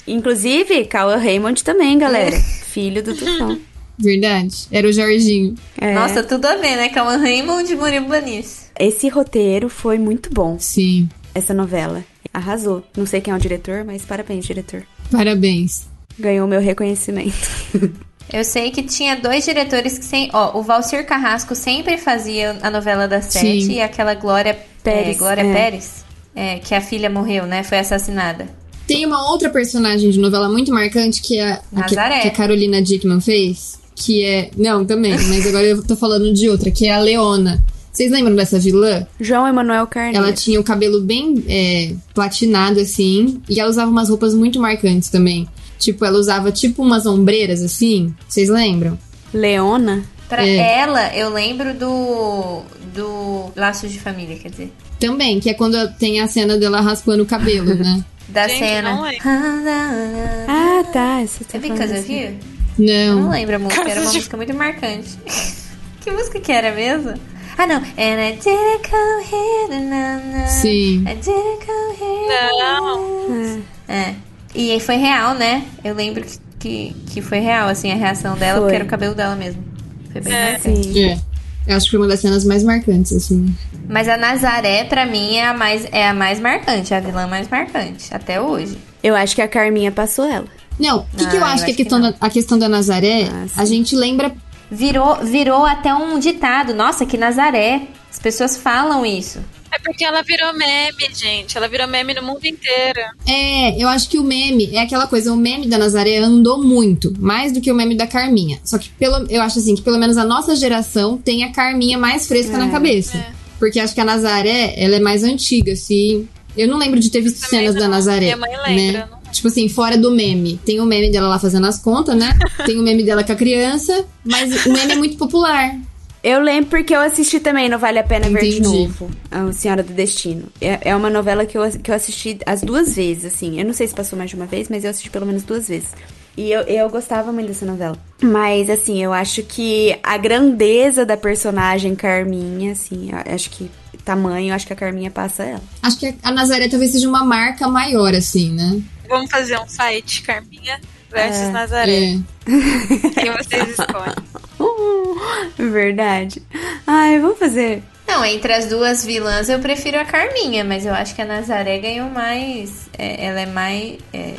Inclusive, Cauã Raymond também, galera. É. Filho do <laughs> Tufão. Verdade. Era o Jorginho. É. Nossa, tudo a ver, né? Calma Raymond e Murilo Benício. Esse roteiro foi muito bom, Sim. essa novela. Arrasou. Não sei quem é o diretor, mas parabéns, diretor. Parabéns. Ganhou meu reconhecimento. <laughs> Eu sei que tinha dois diretores que sem. Ó, o Valcir Carrasco sempre fazia a novela das sete Sim. e aquela Glória Pérez. Pérez, Glória é. Pérez? É, que a filha morreu, né? Foi assassinada. Tem uma outra personagem de novela muito marcante que é a, a que, Nazaré. que a Carolina Dickman fez, que é. Não, também, mas agora eu tô falando de outra, que é a Leona. Vocês lembram dessa vilã? João Emanuel Carneiro. Ela tinha o cabelo bem é, platinado, assim, e ela usava umas roupas muito marcantes também. Tipo, ela usava tipo umas ombreiras, assim. Vocês lembram? Leona? Pra É. ela, eu lembro do. do Laços de Família, quer dizer. Também, que é quando tem a cena dela raspando o cabelo, né? Da Gente, cena. não lembro. Ah, tá. Essa tá É falando Because of assim. You? Eu Não. não lembro a música, era uma Because of- música muito marcante. <laughs> que música que era mesmo? Ah, não. And I didn't come here, na, na, na. Sim. I didn't come here. Não. na, na. É. E aí foi real, né? Eu lembro que, que, que foi real, assim, a reação dela, Foi. porque era o cabelo dela mesmo. Foi bem É. marcante. Sim. É. Eu acho que foi uma das cenas mais marcantes, assim. Mas a Nazaré, pra mim, é a, mais, é a mais marcante, a vilã mais marcante, até hoje. Eu acho que a Carminha passou ela. Não, o que, Ah, que eu eu acho que, a acho que questão, não. da, a questão da Nazaré, Ah, sim. a gente lembra. Virou, virou até um ditado. Nossa, que Nazaré. As pessoas falam isso. É porque ela virou meme, gente. Ela virou meme no mundo inteiro. É, eu acho que o meme é aquela coisa, o meme da Nazaré andou muito, mais do que o meme da Carminha. Só que pelo, eu acho assim, que pelo menos a nossa geração tem a Carminha mais fresca na cabeça. Porque acho que a Nazaré, ela é mais antiga, assim. Eu não lembro de ter visto também cenas da não. Nazaré. Minha mãe lembra, né? eu não lembro. Tipo assim, fora do meme. Tem o meme dela lá fazendo as contas, né? Tem o meme dela com a criança, mas o meme é muito popular. Eu lembro porque eu assisti também, não vale a pena ver de Entendi. novo. A Senhora do Destino. É, é uma novela que eu, ass- que eu assisti as duas vezes, assim. Eu não sei se passou mais de uma vez, mas eu assisti pelo menos duas vezes. E eu, eu gostava muito dessa novela. Mas, assim, eu acho que a grandeza da personagem Carminha, assim, eu acho que tamanho, eu acho que a Carminha passa ela. Acho que a Nazaré talvez seja uma marca maior, assim, né? Vamos fazer um site, Carminha versus Nazaré. É. Quem vocês escolhem? Uh, verdade. Ai, vamos fazer. Não, entre as duas vilãs eu prefiro a Carminha, mas eu acho que a Nazaré ganhou mais. é, ela é mais. É,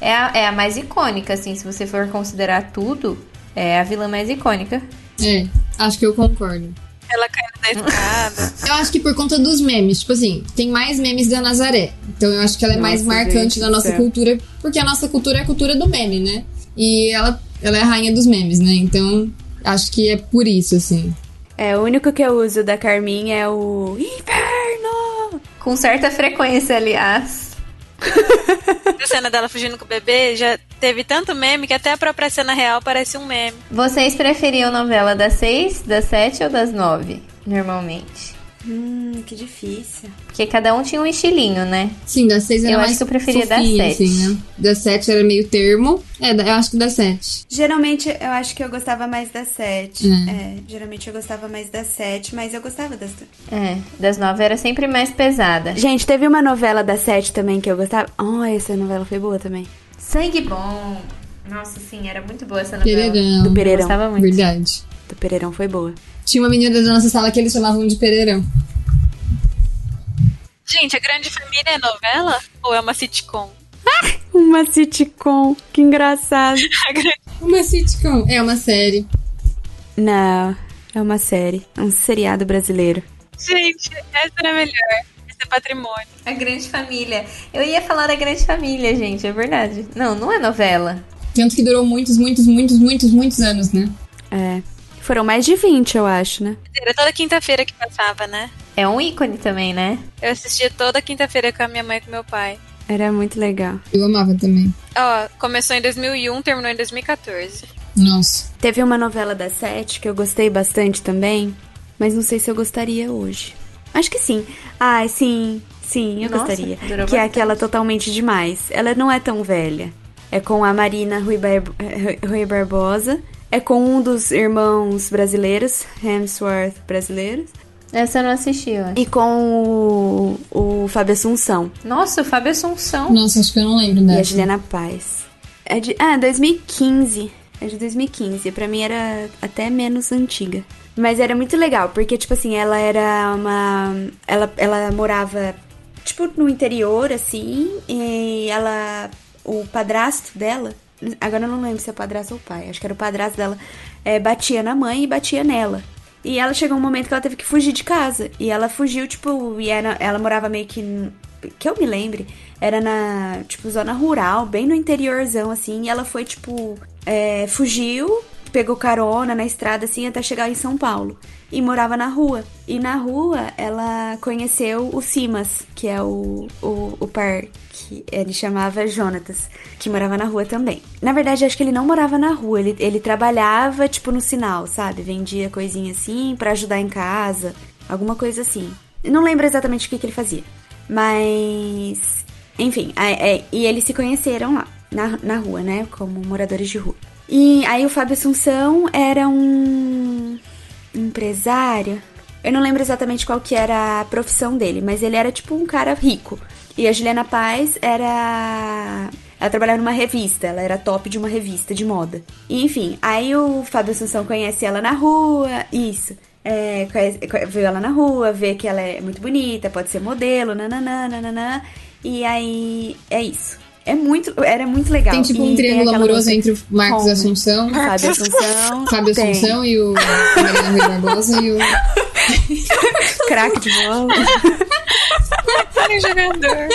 é a, é a mais icônica, assim, se você for considerar tudo, é a vilã mais icônica. É, acho que eu concordo. Ela caindo da <laughs> escada. Eu acho que por conta dos memes, tipo assim, tem mais memes da Nazaré. Então eu acho que ela é mais Nossa, marcante gente na do nossa céu. cultura, porque a nossa cultura é a cultura do meme, né? E ela, ela é a rainha dos memes, né? Então acho que é por isso, assim. É, o único que eu uso da Carminha é o Inferno! Com certa frequência, aliás. A cena dela fugindo com o bebê já teve tanto meme que até a própria cena real parece um meme. Vocês preferiam novela das seis, das sete ou das nove, normalmente? Hum, que difícil. Porque cada um tinha um estilinho, né? Sim, da 6 era Eu acho mais que eu preferia da fofinha, sete. assim, né? Da 7 era meio termo. É, da- eu acho que da 7. Geralmente eu acho que eu gostava mais da 7. Hum. É, geralmente eu gostava mais da 7, mas eu gostava das duas. É, das nove era sempre mais pesada. Gente, teve uma novela da 7 também que eu gostava. Oh, essa novela foi boa também. Sangue Bom. Nossa, sim, era muito boa essa novela. Do Pereirão. Eu Pereirão. é gostava muito. Verdade. Do Pereirão foi boa. Tinha uma menina da nossa sala que eles chamavam de Pereirão. Gente, a grande família é novela ou é uma sitcom? Uma sitcom, que engraçado. A grande Uma sitcom. É uma série. Não, é uma série. Um seriado brasileiro. Gente, essa era melhor. Esse é patrimônio. A Grande Família. Eu ia falar da Grande Família, gente, é verdade. Não, não é novela. Tanto que durou muitos, muitos, muitos, muitos, muitos anos, né? É. Foram mais de 20, eu acho, né? Era toda quinta-feira que passava, né? É um ícone também, né? Eu assistia toda quinta-feira com a minha mãe e com meu pai. Era muito legal. Eu amava também. Ó, começou em 2001, terminou em 2014. Nossa. Teve uma novela da Sete que eu gostei bastante também, mas não sei se eu gostaria hoje. Acho que sim. Ai, sim, sim, eu Nossa, gostaria. Que durou é bastante. aquela totalmente demais. Ela não é tão velha. É com a Marina Rui, Bar- eh, Rui Barbosa. É com um dos irmãos brasileiros, Hemsworth brasileiros. Essa eu não assisti, eu acho. E com o, o Fábio Assunção Nossa, o Fábio Assunção. Nossa, acho que eu não lembro né? e a dessa. Juliana Paz. É de, ah, 2015. É de 2015. Pra mim era até menos antiga. Mas era muito legal, porque, tipo assim, ela era uma. Ela, ela morava, tipo, no interior, assim, e ela. O padrasto dela. Agora eu não lembro se é padrasto ou pai, acho que era o padrasto dela. é, batia na mãe e batia nela. E ela chegou um momento que ela teve que fugir de casa. E ela fugiu, tipo, e era- ela morava meio que. n- Que eu me lembre, era na, tipo, zona rural, bem no interiorzão, assim. E ela foi, tipo, é, fugiu, pegou carona na estrada, assim, até chegar em São Paulo. E morava na rua. E na rua, ela conheceu o Simas, que é o, o, o par que ele chamava Jonatas, que morava na rua também. Na verdade, acho que ele não morava na rua, ele, ele trabalhava, tipo, no sinal, sabe? Vendia coisinha assim pra ajudar em casa, alguma coisa assim. Eu Não lembro exatamente o que, que ele fazia, mas... Enfim, é- é, e eles se conheceram lá, na, na rua, né? Como moradores de rua. E aí o Fábio Assunção era um empresário. Eu não lembro exatamente qual que era a profissão dele, mas ele era tipo um cara rico. E a Juliana Paz era. Ela trabalhava numa revista, ela era top de uma revista de moda. E, enfim, aí o Fábio Assunção conhece ela na rua, isso. É, conhece- co- viu ela na rua, vê que ela é muito bonita, pode ser modelo, nananã, nananã. E aí é isso. É muito, era muito legal. Tem tipo E um triângulo aquela amoroso música- entre o Marcos Como? Assunção, <laughs> <laughs> Fábio Assunção. Fábio tem Assunção e o Mariana Rui Barbosa e o. Craque de bola. Para jogador.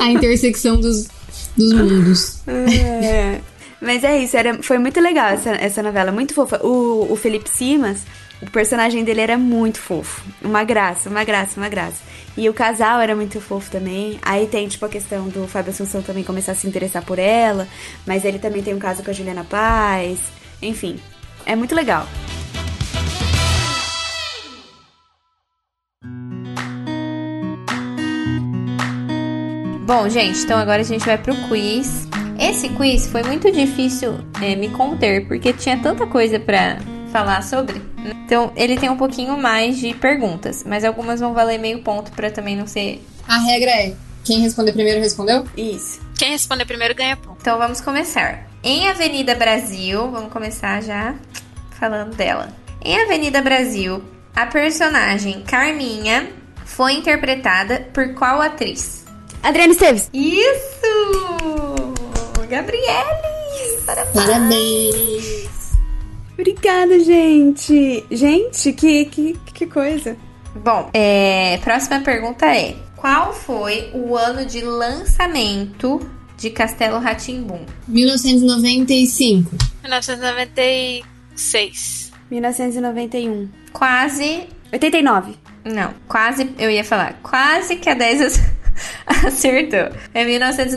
A intersecção dos, dos mundos. É. Mas é isso, era, foi muito legal essa, essa novela, muito fofa. O, o Felipe Simas, o personagem dele era muito fofo. Uma graça, uma graça, uma graça. E o casal era muito fofo também. Aí tem, tipo, a questão do Fábio Assunção também começar a se interessar por ela. Mas ele também tem um caso com a Juliana Paz. Enfim, é muito legal. Bom, gente, então agora a gente vai pro quiz. Esse quiz foi muito difícil é, me conter, porque tinha tanta coisa pra falar sobre. Então, ele tem um pouquinho mais de perguntas, mas algumas vão valer meio ponto pra também não ser. A regra é: quem responder primeiro respondeu? Isso. Quem responder primeiro ganha ponto. Então, vamos começar. Em Avenida Brasil, vamos começar já falando dela. Em Avenida Brasil, a personagem Carminha foi interpretada por qual atriz? Adriana Esteves. Isso! Gabriele! Parabéns! Parabéns! Obrigada, gente. Gente, que, que, que coisa. Bom, é, próxima pergunta é: Qual foi o ano de lançamento de Castelo Ratimbum? 1995. 1996. 1991. Quase. 89. Não, quase. Eu ia falar, quase que a 10 ac- <laughs> acertou. É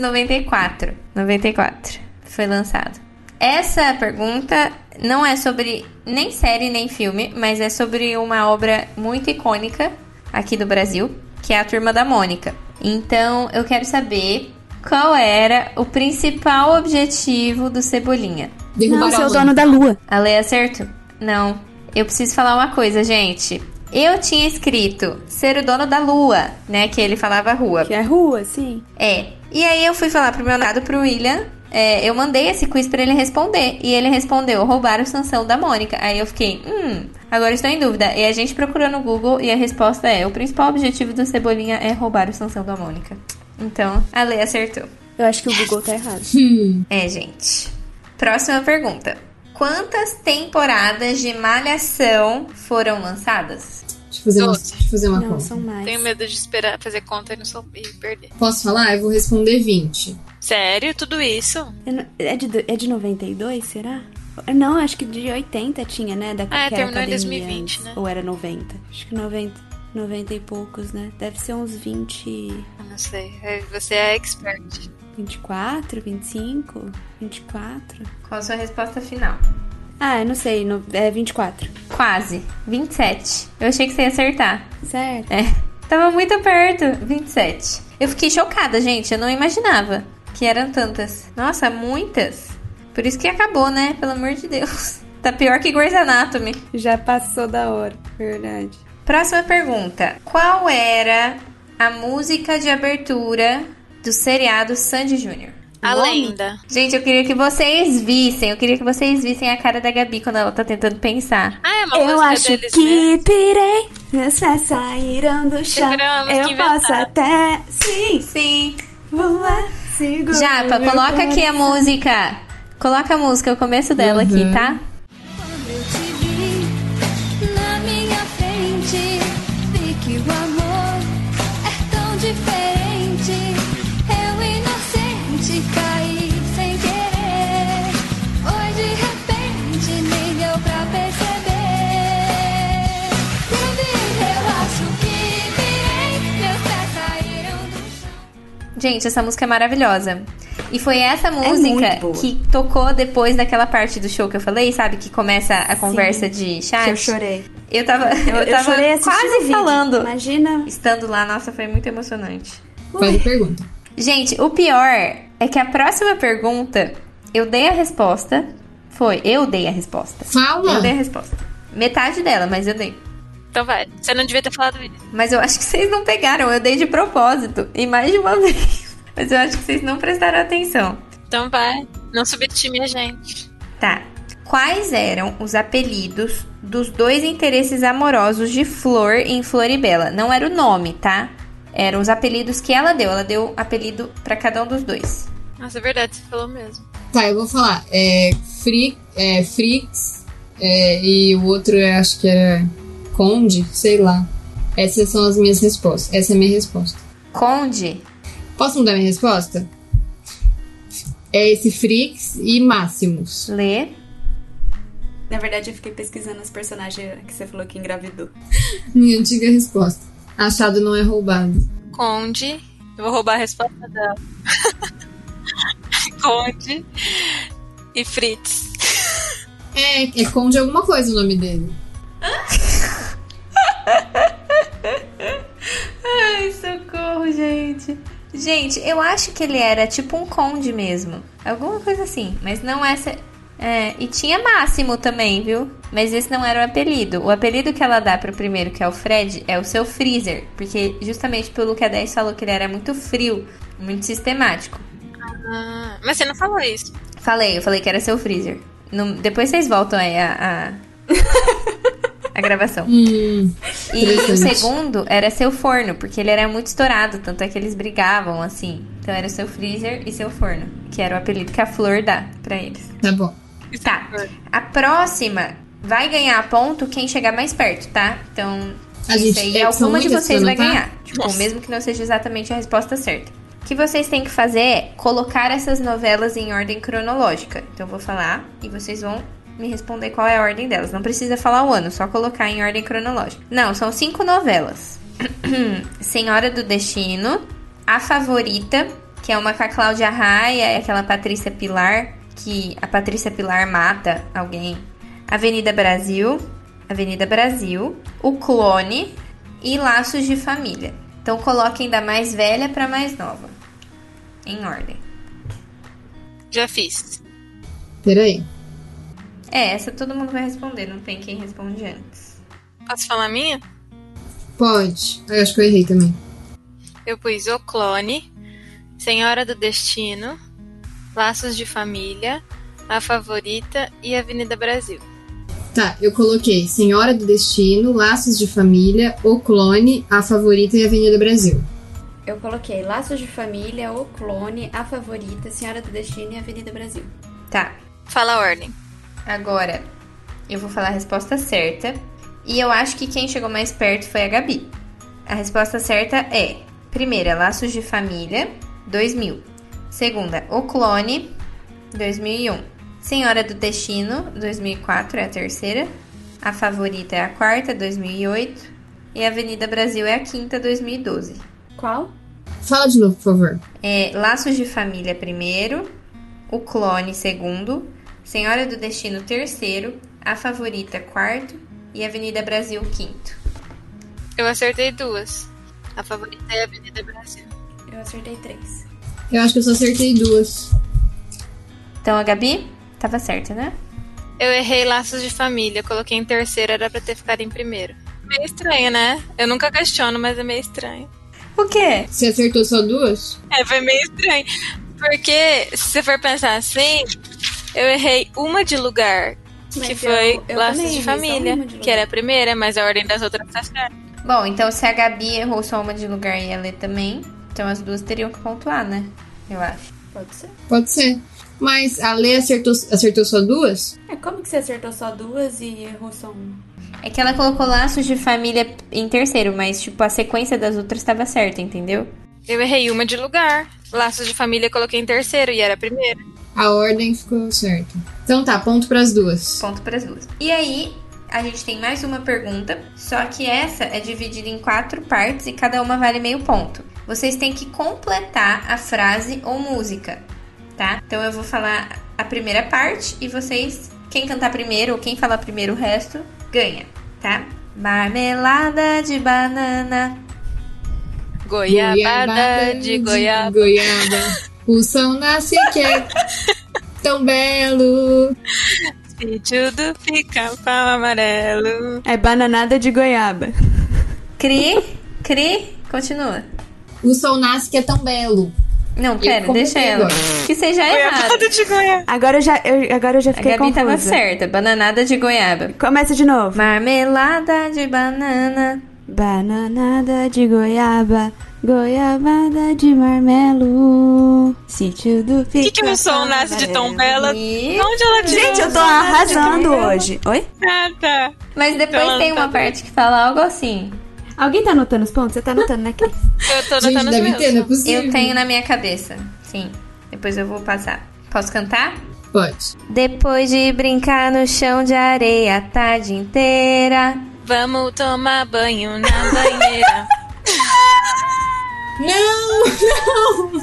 1994. 94. Foi lançado. Essa pergunta não é sobre nem série nem filme, mas é sobre uma obra muito icônica aqui do Brasil, que é a Turma da Mônica. Então, eu quero saber qual era o principal objetivo do Cebolinha. Derrubaram Não, a seu lâmpada. dono da lua. A lei acertou? Não. Eu preciso falar uma coisa, gente. Eu tinha escrito ser o dono da lua, né? Que ele falava rua. Que é rua, sim. É. E aí eu fui falar pro meu nado, pro William. é, eu mandei esse quiz pra ele responder. E ele respondeu: roubar o Sansão da Mônica. Aí eu fiquei, hum, agora estou em dúvida. E a gente procurou no Google e a resposta é: o principal objetivo do Cebolinha é roubar o Sansão da Mônica. Então, a lei acertou. Eu acho que o Google tá errado. Hum, É, gente. Próxima pergunta. Quantas temporadas de Malhação foram lançadas? deixa eu fazer uma, Doze. deixa eu fazer uma Não, conta. são mais. Tenho medo de esperar fazer conta e não souber e perder. Posso falar? Eu vou responder 20. Sério? Tudo isso? Eu não- É de, do- é de 92, será? Não, acho que de 80 tinha, né? Da, Ah, é, que era terminou em academia 2020, antes. né? Ou era 90? Acho que 90. 90 e poucos, né? Deve ser uns 20... Eu Não sei. É, Você é expert. 24, 25, 24... Qual a sua resposta final? Ah, eu não sei, no, é 24. Quase. 27. Eu achei que você ia acertar. Certo. É. Tava muito perto. 27. Eu fiquei chocada, gente. Eu não imaginava que eram tantas. Nossa, muitas. Por isso que acabou, né? Pelo amor de Deus. <laughs> Tá pior que Grey's Anatomy. Já passou da hora, verdade. Próxima pergunta. Qual era a música de abertura do seriado Sandy Júnior? A Nome? lenda. Gente, eu queria que vocês vissem. Eu queria que vocês vissem a cara da Gabi quando ela tá tentando pensar. Ah, é uma Eu música acho deles, que né? pirei, meus pés saíram do chão. Segura a música Eu posso inventada. até, sim, Sim. voar, segura. Japa, meu coloca aqui a coração. música. Coloca a música, o começo dela aqui, tá? Quando eu te vi na minha frente, vi que o amor é tão diferente. Eu inocente caí sem querer. Foi de repente, nem deu pra perceber. Teve, eu acho que virei, meus pés saíram do chão. Gente, essa música é maravilhosa. E foi É essa música muito boa. que tocou depois daquela parte do show que eu falei, sabe? Que começa a conversa de chat. Eu chorei. Eu tava, <laughs> eu, Eu, eu tava chorei assistindo quase o vídeo. falando. Imagina. Estando lá, nossa, foi muito emocionante. Faz a pergunta. Gente, o pior é que a próxima pergunta, eu dei a resposta. Foi, eu dei a resposta. Eu Fala! dei a resposta. Metade dela, mas eu dei. Então vai. Você não devia ter falado isso. Mas eu acho que vocês não pegaram, eu dei de propósito. E mais de uma <laughs> vez. Mas eu acho que vocês não prestaram atenção. Então vai. Não subestime a gente. Tá. Quais eram os apelidos dos dois interesses amorosos de Flor em Floribela? Não era o nome, tá? Eram os apelidos que ela deu. Ela deu apelido pra cada um dos dois. Nossa, é verdade, você falou mesmo. Tá, eu vou falar. É, Fri, é Frix é, e o outro eu acho que era Conde, sei lá. Essas são as minhas respostas. Essa é a minha resposta. Conde? Posso mudar minha resposta? É esse Frix e Máximos. Lê. Na verdade, eu fiquei pesquisando os personagens que você falou que engravidou. Minha antiga resposta. Achado não é roubado. Conde. Eu vou roubar a resposta dela. <laughs> Conde e Fritz. É, é Conde alguma coisa o nome dele. Ai, socorro, gente. Gente, eu acho que ele era tipo um conde mesmo. Alguma coisa assim. Mas não essa. É, e tinha Máximo também, viu? Mas esse não era o apelido. O apelido que ela dá pro primeiro, que é o Fred, é o seu Freezer. Porque justamente pelo que a 10 falou que ele era muito frio, muito sistemático. Ah, mas você não falou isso. Falei, eu falei que era seu Freezer. Não- depois vocês voltam aí a. <laughs> a... a gravação. Hum, E o Interessante. segundo era seu forno, porque ele era muito estourado, tanto é que eles brigavam assim. Então era seu freezer e seu forno, que era o apelido que a flor dá pra eles. tá bom. Tá. A próxima vai ganhar ponto quem chegar mais perto, tá? Então, A isso gente- aí, é, são alguma de muitas tá? vocês pra vai anotar? ganhar. Tipo, Nossa. mesmo que não seja exatamente a resposta certa. O que vocês têm que fazer é colocar essas novelas em ordem cronológica. Então eu vou falar e vocês vão me responder qual é a ordem delas. Não precisa falar o ano, só colocar em ordem cronológica. Não, são cinco novelas. <clears throat> Senhora do Destino, A Favorita, que é uma com a Cláudia Raia e aquela Patrícia Pilar, que a Patrícia Pilar mata alguém. Avenida Brasil, Avenida Brasil, O Clone e Laços de Família. Então coloquem da mais velha pra mais nova. Em ordem. Já fiz. Peraí. É, essa todo mundo vai responder, não tem quem responde antes. Posso falar a minha? Pode. Eu acho que eu errei também. Eu pus O Clone, Senhora do Destino, Laços de Família, A Favorita e Avenida Brasil. Tá, eu coloquei Senhora do Destino, Laços de Família, O Clone, A Favorita e Avenida Brasil. Eu coloquei Laços de Família, O Clone, A Favorita, Senhora do Destino e Avenida Brasil. Tá, Fala a ordem. agora eu vou falar a resposta certa. E eu acho que quem chegou mais perto foi a Gabi. A resposta certa é: primeira, Laços de Família, 2000. Segunda, O Clone, 2001. Senhora do Destino, 2004 é a terceira. A Favorita é a quarta, 2008. E Avenida Brasil é a quinta, 2012. Qual? Fala de novo, por favor. É, Laços de Família primeiro, O Clone segundo, Senhora do Destino terceiro, A Favorita quarto e Avenida Brasil quinto. Eu acertei duas. A Favorita e a Avenida Brasil. Eu acertei três. Eu acho que eu só acertei duas. Então a Gabi tava certa, né? Eu errei laços de família, coloquei em terceiro, era pra ter ficado em primeiro. Meio estranho, né? Eu nunca questiono, mas é meio estranho. O quê? Você acertou só duas? É, foi meio estranho. Porque, se você for pensar assim, eu errei uma de lugar, Mas que eu- foi eu também Laços errei de só Família, uma de lugar. que era a primeira, mas a ordem das outras tá certa. Bom, então se a Gabi errou só uma de lugar e a Lê também, então as duas teriam que pontuar, né? Eu acho. Pode ser. Pode ser. Mas a Lê acertou, acertou só duas? É, como que você acertou só duas e errou só uma? É que ela colocou laços de família em terceiro, mas, tipo, a sequência das outras estava certa, entendeu? Eu errei uma de lugar. Laços de Família eu coloquei em terceiro e era a primeira. A ordem ficou certa. Então tá, ponto pras duas. Ponto para as duas. E aí, a gente tem mais uma pergunta, só que essa é dividida em quatro partes e cada uma vale meio ponto. Vocês têm que completar a frase ou música, tá? Então eu vou falar a primeira parte e vocês, quem cantar primeiro ou quem falar primeiro o resto, ganha, tá? Marmelada de banana. Goiabada, de goiaba. goiaba. O sol nasce que é tão belo. Sítio do pica-pau amarelo. É bananada de goiaba. Cri, cri, continua. O sol nasce que é tão belo. Não, pera, completei deixa ela. agora. Que seja errado. Goiabada de goiaba. Agora eu já, eu, agora eu já A fiquei Gabi confusa. tava certa, bananada de goiaba. Começa de novo. Marmelada de banana. Bananada de goiaba, goiabada de marmelo, sítio do pica. O que, que o som nasce de tão bela? E... Onde ela tirou? Gente, eu tô arrasando hoje. Oi? Nada. Mas depois Então, tem uma tá parte que fala algo assim. Alguém tá anotando os pontos? Você tá anotando, né, Cris? Eu tô Gente, notando os deve meus. ter, não é possível. Eu tenho na minha cabeça. Sim. Depois eu vou passar. Posso cantar? Pode. Depois de brincar no chão de areia a tarde inteira. Vamos tomar banho na banheira. Não, não.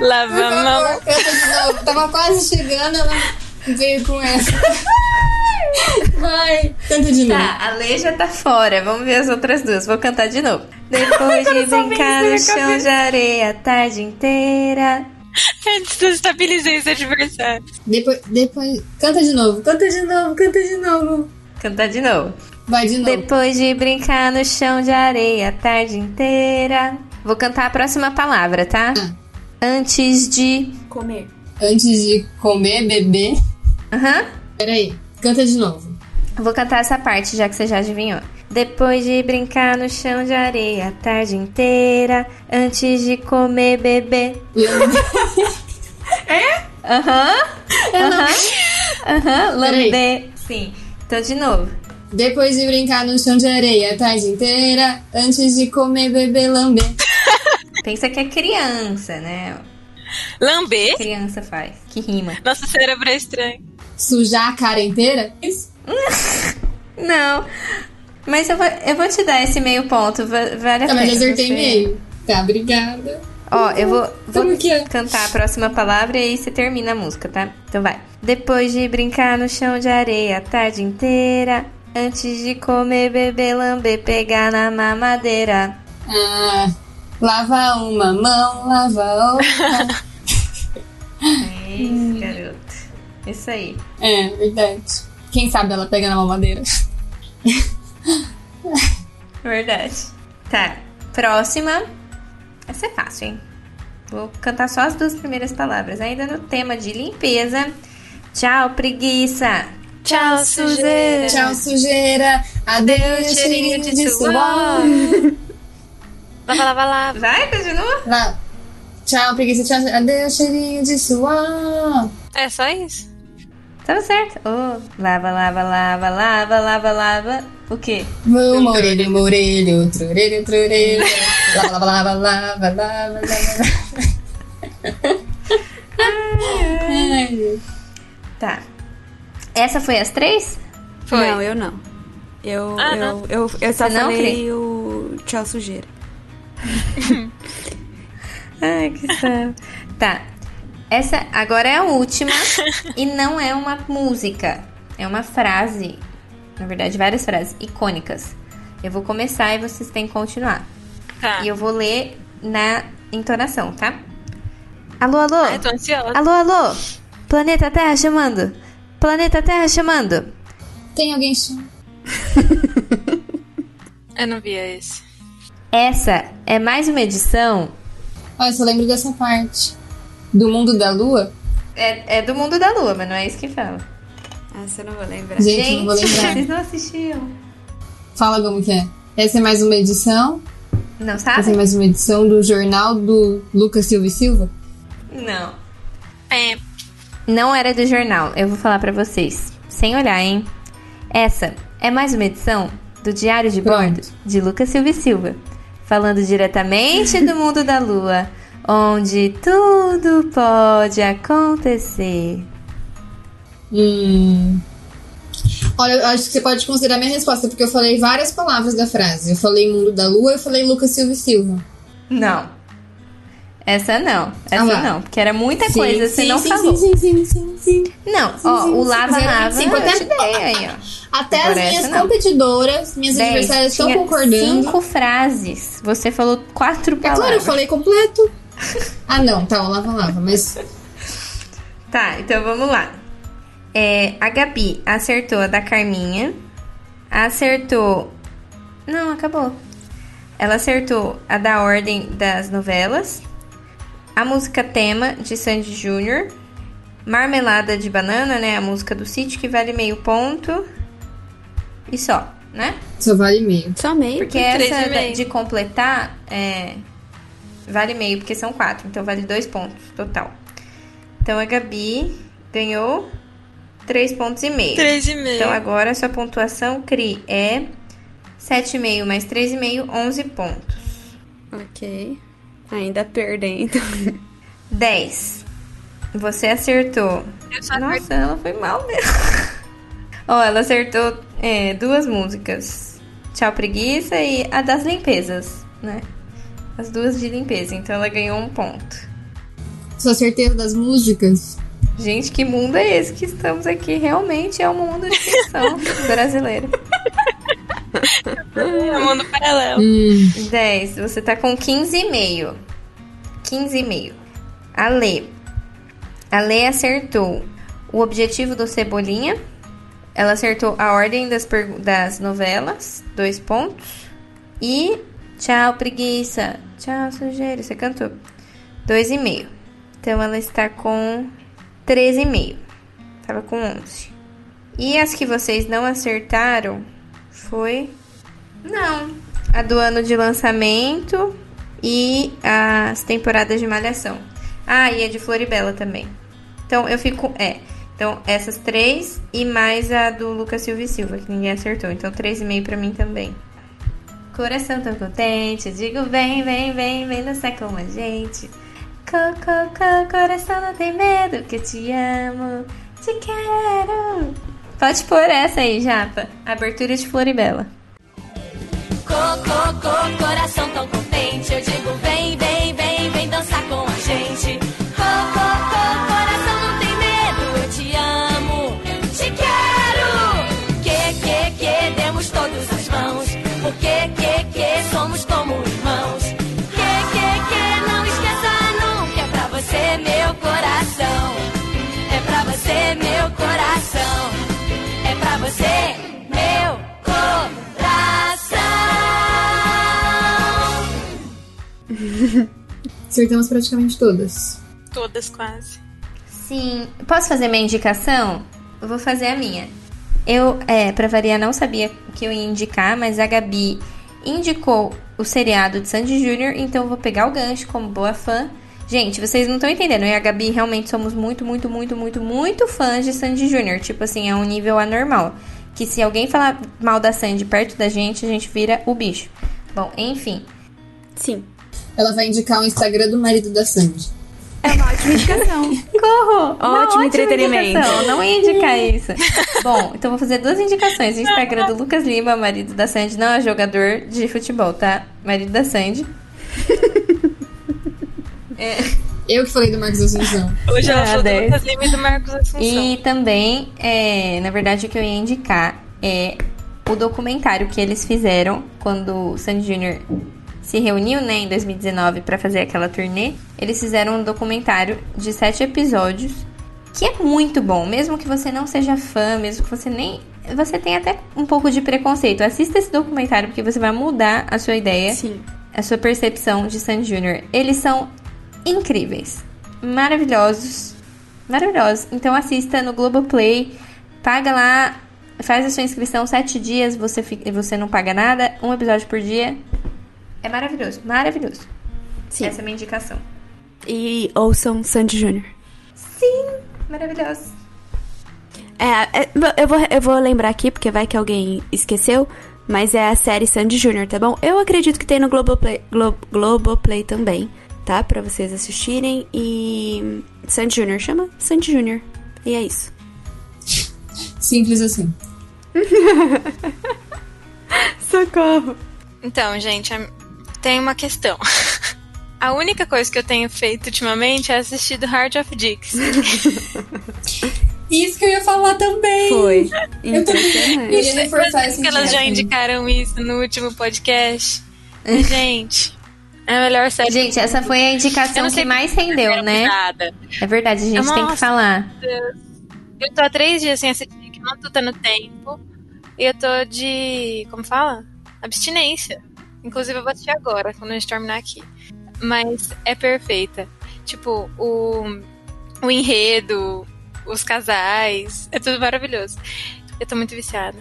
Lava a mão. Canta de novo. Tava quase chegando, ela veio com essa. Vai, canta de novo. Tá, a Lê já tá fora. Vamos ver as outras duas. Vou cantar de novo. Depois de brincar no chão de areia a tarde inteira. Eu Desestabilizei esse adversário. Depois, depois, canta de novo, canta de novo, canta de novo. Cantar de novo. Vai de novo. Depois de brincar no chão de areia a tarde inteira. Vou cantar a próxima palavra, tá? Ah. Antes de. Comer. Antes de comer, beber. Aham. Peraí, canta de novo. Vou cantar essa parte, já que você já adivinhou. Depois de brincar no chão de areia a tarde inteira. Antes de comer, bebê. é? <laughs> Aham. Aham. Aham. Peraí. Lamber. Sim. Então, de novo. Depois de brincar no chão de areia a tarde inteira, antes de comer, beber, lamber. Pensa que é criança, né? Lamber? Criança faz. Que rima. Nossa, cérebro é estranho. Sujar a cara inteira? Isso. Não. Mas eu vou, eu vou te dar esse meio ponto. va- Vale a pena. Tá, mas eu acertei você- meio. Tá, obrigada. Ó, eu vou, vou Como que é? cantar a próxima palavra e aí você termina a música, tá? Então vai. Depois de brincar no chão de areia a tarde inteira. Antes de comer, beber, lamber, pegar na mamadeira. Ah, lava uma mão, lava outra. É Isso, garoto. Isso aí. é, verdade. Quem sabe ela pega na mamadeira. Verdade. Tá. Próxima. Essa é fácil, hein? Vou cantar só as duas primeiras palavras. Ainda no tema de limpeza. Tchau, preguiça. Tchau, sujeira. <laughs> Tchau, sujeira. Adeus, cheirinho de suor. Lava, lava, lava. Vai, continua. Lá. Tchau, preguiça. Tchau, adeus, cheirinho de suor. É só isso. Tava Tá certo. Oh, lava, lava, lava, lava, lava, lava. O quê? Meu morelho, morelho, trurelho, trurelho. Lava, lava, lava, lava, lava, lava. Ai, Tá. Essa foi as três? Foi. Não, eu não. Eu, Ah, eu, não. eu, eu só Você não, falei o tchau sujeira. Ai, que saco. tá. Essa agora é a última e não é uma música. É uma frase. Na verdade, várias frases icônicas. Eu vou começar e vocês têm que continuar. Tá. E eu vou ler na entonação, tá? Alô, alô? Ah, Ai, tô ansiosa. Alô, alô? Planeta Terra chamando. Planeta Terra chamando. Tem alguém chamando? Eu não via esse. Essa é mais uma edição. Ah, eu só lembro dessa parte. Do mundo da lua? É, é do mundo da lua, mas não é isso que fala. Ah, você não vou lembrar. Gente, não vou lembrar. vocês não assistiam. Fala como que é. Essa é mais uma edição. Não Essa é sabe? mais uma edição do jornal do Lucas Silva e Silva. Não. É, Não era do jornal, eu vou falar pra vocês. Sem olhar, hein? Essa é mais uma edição do Diário de Bordo de Lucas Silva e Silva, falando diretamente do mundo da lua, onde tudo pode acontecer. Hum. Olha, eu acho que você pode considerar minha resposta, porque eu falei várias palavras da frase. Eu falei mundo da lua, eu falei Lucas Silva e Silva. Não. Essa não, essa Ah lá. não, porque era muita Sim, É coisa, você sim, não sim, falou. Sim, sim, sim, sim, sim. Não, ó, sim, o sim. Lava Zero, Lava, cinco, eu até- te dei aí, ó. Até Agora as essa minhas não. competidoras, minhas Dez. adversárias estão Tinha concordando. Cinco frases. Você falou quatro É palavras. claro, eu falei completo. Ah, não, tá, o lava lava, mas. Tá, então vamos lá. É, a Gabi acertou a da Carminha. Acertou. Não, acabou. Ela acertou a da ordem das novelas. A música tema de Sandy Júnior. Marmelada de banana, né? A música do sítio que vale meio ponto. E só, né? Só vale meio. Só meio? Porque Três essa é e meio. da- de completar é, vale meio, porque são quatro, então vale dois pontos total. Então a Gabi ganhou três pontos e meio. 3,5. Então agora a sua pontuação, Cri, é 7,5 mais 3,5, 11 pontos. Ok. Ainda perdendo. 10. Você acertou. Eu só Nossa, ela foi mal mesmo. <laughs> Ó, ela acertou é, duas músicas. Tchau Preguiça e a das limpezas, né? As duas de limpeza, então ela ganhou um ponto. Só certeza das músicas. Gente, que mundo é esse que estamos aqui? Realmente é um mundo de ficção brasileira. É um mundo paralelo. Hum. 10. Você tá com 15,5. 15,5. A Lê. A Lê acertou o objetivo do Cebolinha. Ela acertou a ordem das, pergu- das novelas. Dois pontos. E tchau, preguiça. Tchau, sujeira. Você cantou. 2,5. Então ela está com 13,5. Tava com 11. E as que vocês não acertaram foi não. A do ano de lançamento e as temporadas de Malhação. Ah, e a de Floribela também. Então eu fico. É. Então essas três e mais a do Lucas Silva e Silva, que ninguém acertou. Então três e meio pra mim também. Coração tão contente, eu digo vem, vem, vem, vem dançar com a gente. Co, co, co, coração não tem medo, que eu te amo, te quero. Pode pôr essa aí, Japa. Abertura de Floribela. Cocô, co, coração tão contente. Eu digo vem, vem, vem, vem dançar com a gente. Cocô, co, coração não tem medo. Eu te amo, te quero. Que, que, que demos todos as mãos. Porque que, que somos como irmãos. Que, que, que não esqueça nunca. É pra você, meu coração. É pra você, meu coração. É pra você, meu coração. Acertamos praticamente todas. Todas quase. Sim. Posso fazer minha indicação? Eu vou fazer a minha. Eu, é, pra variar, não sabia o que eu ia indicar, mas a Gabi indicou o seriado de Sandy Júnior, então eu vou pegar o gancho como boa fã. Gente, vocês não estão entendendo. Eu e a Gabi realmente somos muito, muito, muito, muito, muito fãs de Sandy Júnior. Tipo assim, é um nível anormal. Que se alguém falar mal da Sandy perto da gente, a gente vira o bicho. Bom, enfim. <laughs> Sim. Ela vai indicar o Instagram do marido da Sandy. <laughs> Corro! Uma Ótimo ótima entretenimento. Uhum. indicação, Não ia indicar isso. Bom, então vou fazer duas indicações. O Instagram do Lucas Lima, marido da Sandy, não é jogador de futebol, tá? Marido da Sandy. Eu que falei do Marcos Assunção. Hoje ela Ah, falou do dez. Lucas Lima e do Marcos Assunção. E também, é, na verdade, o que eu ia indicar é o documentário que eles fizeram quando o Sandy Jr. se reuniu, né, em 2019 pra fazer aquela turnê. Eles fizeram um documentário de sete episódios que é muito bom, mesmo que você não seja fã, mesmo que você nem. Você tem até um pouco de preconceito. Assista esse documentário porque você vai mudar a sua ideia, Sim. a sua percepção de Sandy Jr. Eles são incríveis, maravilhosos, maravilhosos. Então assista no Globoplay, paga lá, faz a sua inscrição sete dias, você, fica- você não paga nada, um episódio por dia. É maravilhoso, maravilhoso. Sim. Essa é a minha indicação. E ouçam Sandy Júnior. Maravilhoso. É, é, eu vou, eu vou lembrar aqui, porque vai que alguém esqueceu, mas é a série Sandy Júnior, tá bom? Eu acredito que tem no Globoplay, Glo, Globoplay também, tá? Pra vocês assistirem. E. Sandy Júnior chama? Sandy Júnior. E é isso. Simples assim. Socorro! Então, gente, a- tem uma questão. <laughs> A única coisa que eu tenho feito ultimamente é assistir do Hard of Dicks. Isso que eu ia falar também. Foi. Eu também Impressionante. queria reforçar Vocês esse que elas já assim. indicação. indicaram isso no último podcast. Gente, é a melhor série. Gente, essa foi a Eu indicação não sei que mais rendeu, né? Nada. É verdade, a gente tem Nossa. que falar. Eu tô há três dias sem assistir, que não tô tendo tempo. E eu tô de. Como fala? Abstinência. Inclusive, eu vou assistir agora, quando a gente terminar aqui. Mas é perfeita. Tipo, o, o enredo, os casais, é tudo maravilhoso. Eu tô muito viciada.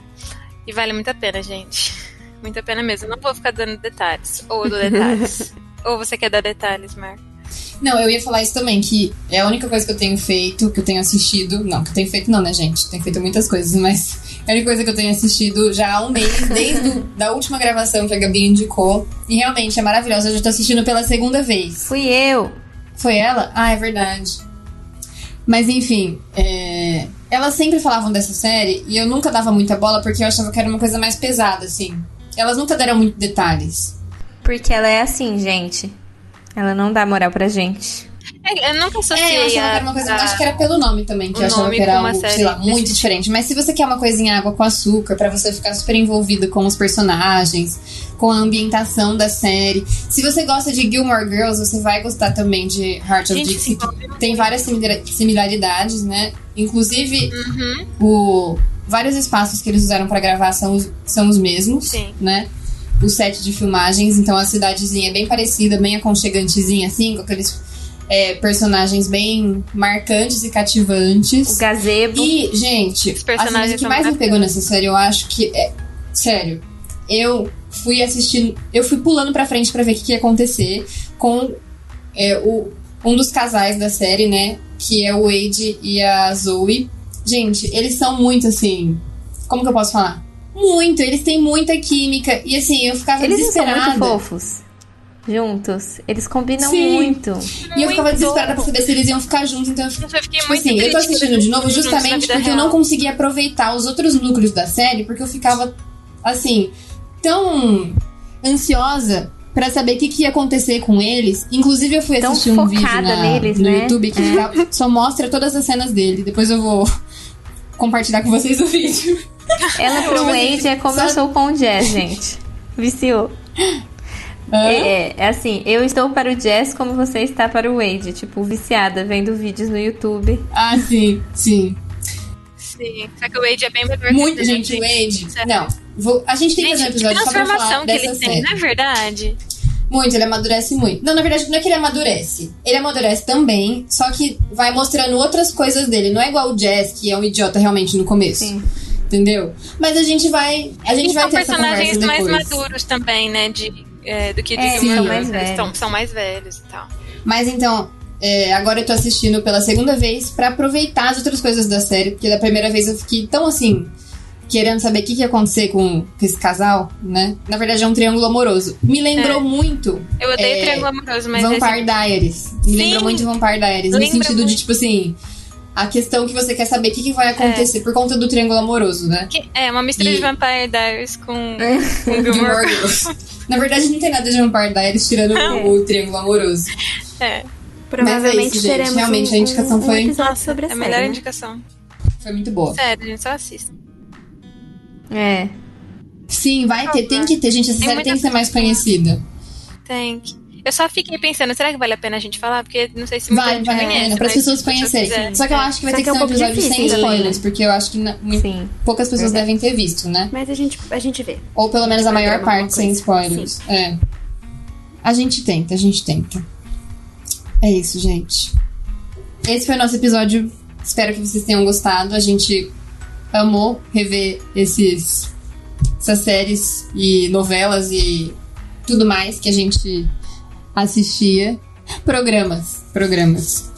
E vale muito a pena, gente. Muito a pena mesmo. Eu Não vou ficar dando detalhes. Ou eu dou <laughs> detalhes. ou você quer dar detalhes, Marco? Não, eu ia falar isso também, que é a única coisa que eu tenho feito, que eu tenho assistido. Não, que eu tenho feito não, né, gente? Tenho feito muitas coisas, mas é a única coisa que eu tenho assistido já há um mês, desde o- da última gravação que a Gabi indicou. E realmente é maravilhosa, eu já tô assistindo pela segunda vez. Fui eu. Foi ela? Ah, é verdade. Mas enfim, é, elas sempre falavam dessa série e eu nunca dava muita bola porque eu achava que era uma coisa mais pesada, assim. Elas nunca deram muito detalhes. Porque ela é assim, gente. Ela não dá moral pra gente. É, Eu É, nunca eu associei achava que a, era uma coisa. a- Acho que era pelo nome também, que o eu achava nome que era com uma algo, sei série lá, desse tipo. muito diferente. Mas se você quer uma coisa em água com açúcar, pra você ficar super envolvido com os personagens, com a ambientação da série. Se você gosta de Gilmore Girls, você vai gostar também de Heart of Gente, Dixie. se que Tem várias simila- similaridades, né? Inclusive, o, vários espaços que eles usaram pra gravar são os, são os mesmos, Sim. né? O set de filmagens, então a cidadezinha é bem parecida, bem aconchegantezinha, assim, com aqueles é, personagens bem marcantes e O cativantes. gazebo. E, gente, Os assim, personagens mas o que são mais me maravilhosos. pegou nessa série, eu acho que é. Sério, eu fui assistindo. Eu fui pulando pra frente pra ver o que, que ia acontecer com é, o, um dos casais da série, né? Que é o Wade e a Zoe. Gente, eles são muito assim. Como que eu posso falar? Muito, eles têm muita química. E assim, eu ficava Eles não são desesperada. muito fofos. Juntos. Eles combinam Sim. muito. E eu ficava Muito desesperada pra fofo. saber se eles iam ficar juntos, então eu Nossa, eu fiquei Tipo É muito assim, eu tô triste assistindo de novo juntos na justamente vida porque eu real. não conseguia aproveitar os outros núcleos da série, porque eu ficava, assim, tão ansiosa pra saber o que, que ia acontecer com eles. Inclusive, eu fui Tão assistir um vídeo focada na- neles, no né? YouTube É. que dá- só mostra todas as cenas dele. Depois eu vou <laughs> compartilhar com vocês o vídeo. Ela pro Wade é como eu sou com o Jazz, gente. Viciou. É, é, é assim, eu estou para o Jazz como você está para o Wade. Tipo, viciada, vendo vídeos no YouTube. Ah, sim, sim. Sim, só que o Wade é bem melhor Muito, que gente, o Wade. Sério. Não, vou- a gente tem que é. Gente, fazer um que episódio só pra falar transformação que dessa ele série. tem, não é verdade? Muito, ele amadurece muito. Não, na verdade, não é que ele amadurece. Ele amadurece também, só que vai mostrando outras coisas dele. Não é igual o Jazz, que é um idiota realmente no começo. Sim. Entendeu? Mas a gente vai. A gente Eles vai são ter essa personagens conversa mais depois. maduros também, né? De, é, do que de É, eles são Gilmore mais Girls, eles velhos. são, são mais velhos e tal. Mas então, é, agora eu tô assistindo pela segunda vez pra aproveitar as outras coisas da série, porque da primeira vez eu fiquei tão assim, querendo saber o que, que ia acontecer com, com esse casal, né? Na verdade, é um triângulo amoroso. Me lembrou É. muito Eu odeio É, Triângulo Amoroso, mas esse Vampire Diaries. Me lembra Sim. muito Vampire Diaries. Lembra no sentido de, muito. É. tipo assim, a questão que você quer saber o que, que vai acontecer por conta do triângulo amoroso, né? que- é uma mistura E- de Vampire <laughs> Diaries com, com Do Gilmore Gilmore Girls. <laughs> Na verdade, não tem nada de Vampire Diaries tirando o triângulo amoroso. É, Mas é Provavelmente isso, gente. é teremos Realmente, um, a indicação um, um foi- episódio sobre a é a série, melhor né? indicação. Foi muito boa. Sério, gente, só assista. É. Sim, vai ter, tem que ter, gente. Essa Tem série tem muita que ser mais conhecida. Tem que. Eu só fiquei pensando, será que vale a pena a gente falar? Porque não sei se muita Vai, gente vai conhece, ganhando, para as mas pessoas se a pessoa conhecerem. quiser- Só que eu acho que vai Só ter que que, ser é um um pouco episódio sem difícil, spoilers, porque eu acho que na- muito- Sim. poucas pessoas devem ter visto, né? Mas a gente, a gente vê. Ou pelo menos a Vai maior ter alguma parte sem coisa. spoilers. É. A gente tenta, a gente tenta. É isso, gente. Esse foi o nosso episódio. Espero que vocês tenham gostado. A gente amou rever esses, essas séries e novelas e tudo mais que a gente assistia. Programas, programas.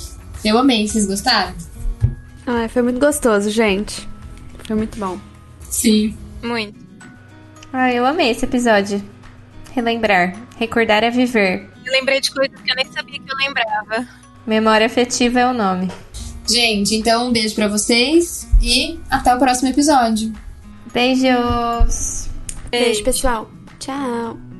Eu amei, vocês gostaram? Ah, Ai, foi muito gostoso, gente. Foi muito bom. Sim. Muito. Ah, eu amei esse episódio. Relembrar. Recordar é viver. Eu lembrei de coisas que eu nem sabia que eu lembrava. Memória afetiva é o nome. Gente, então um beijo pra vocês e até o próximo episódio. Beijos! Beijo, pessoal. Tchau.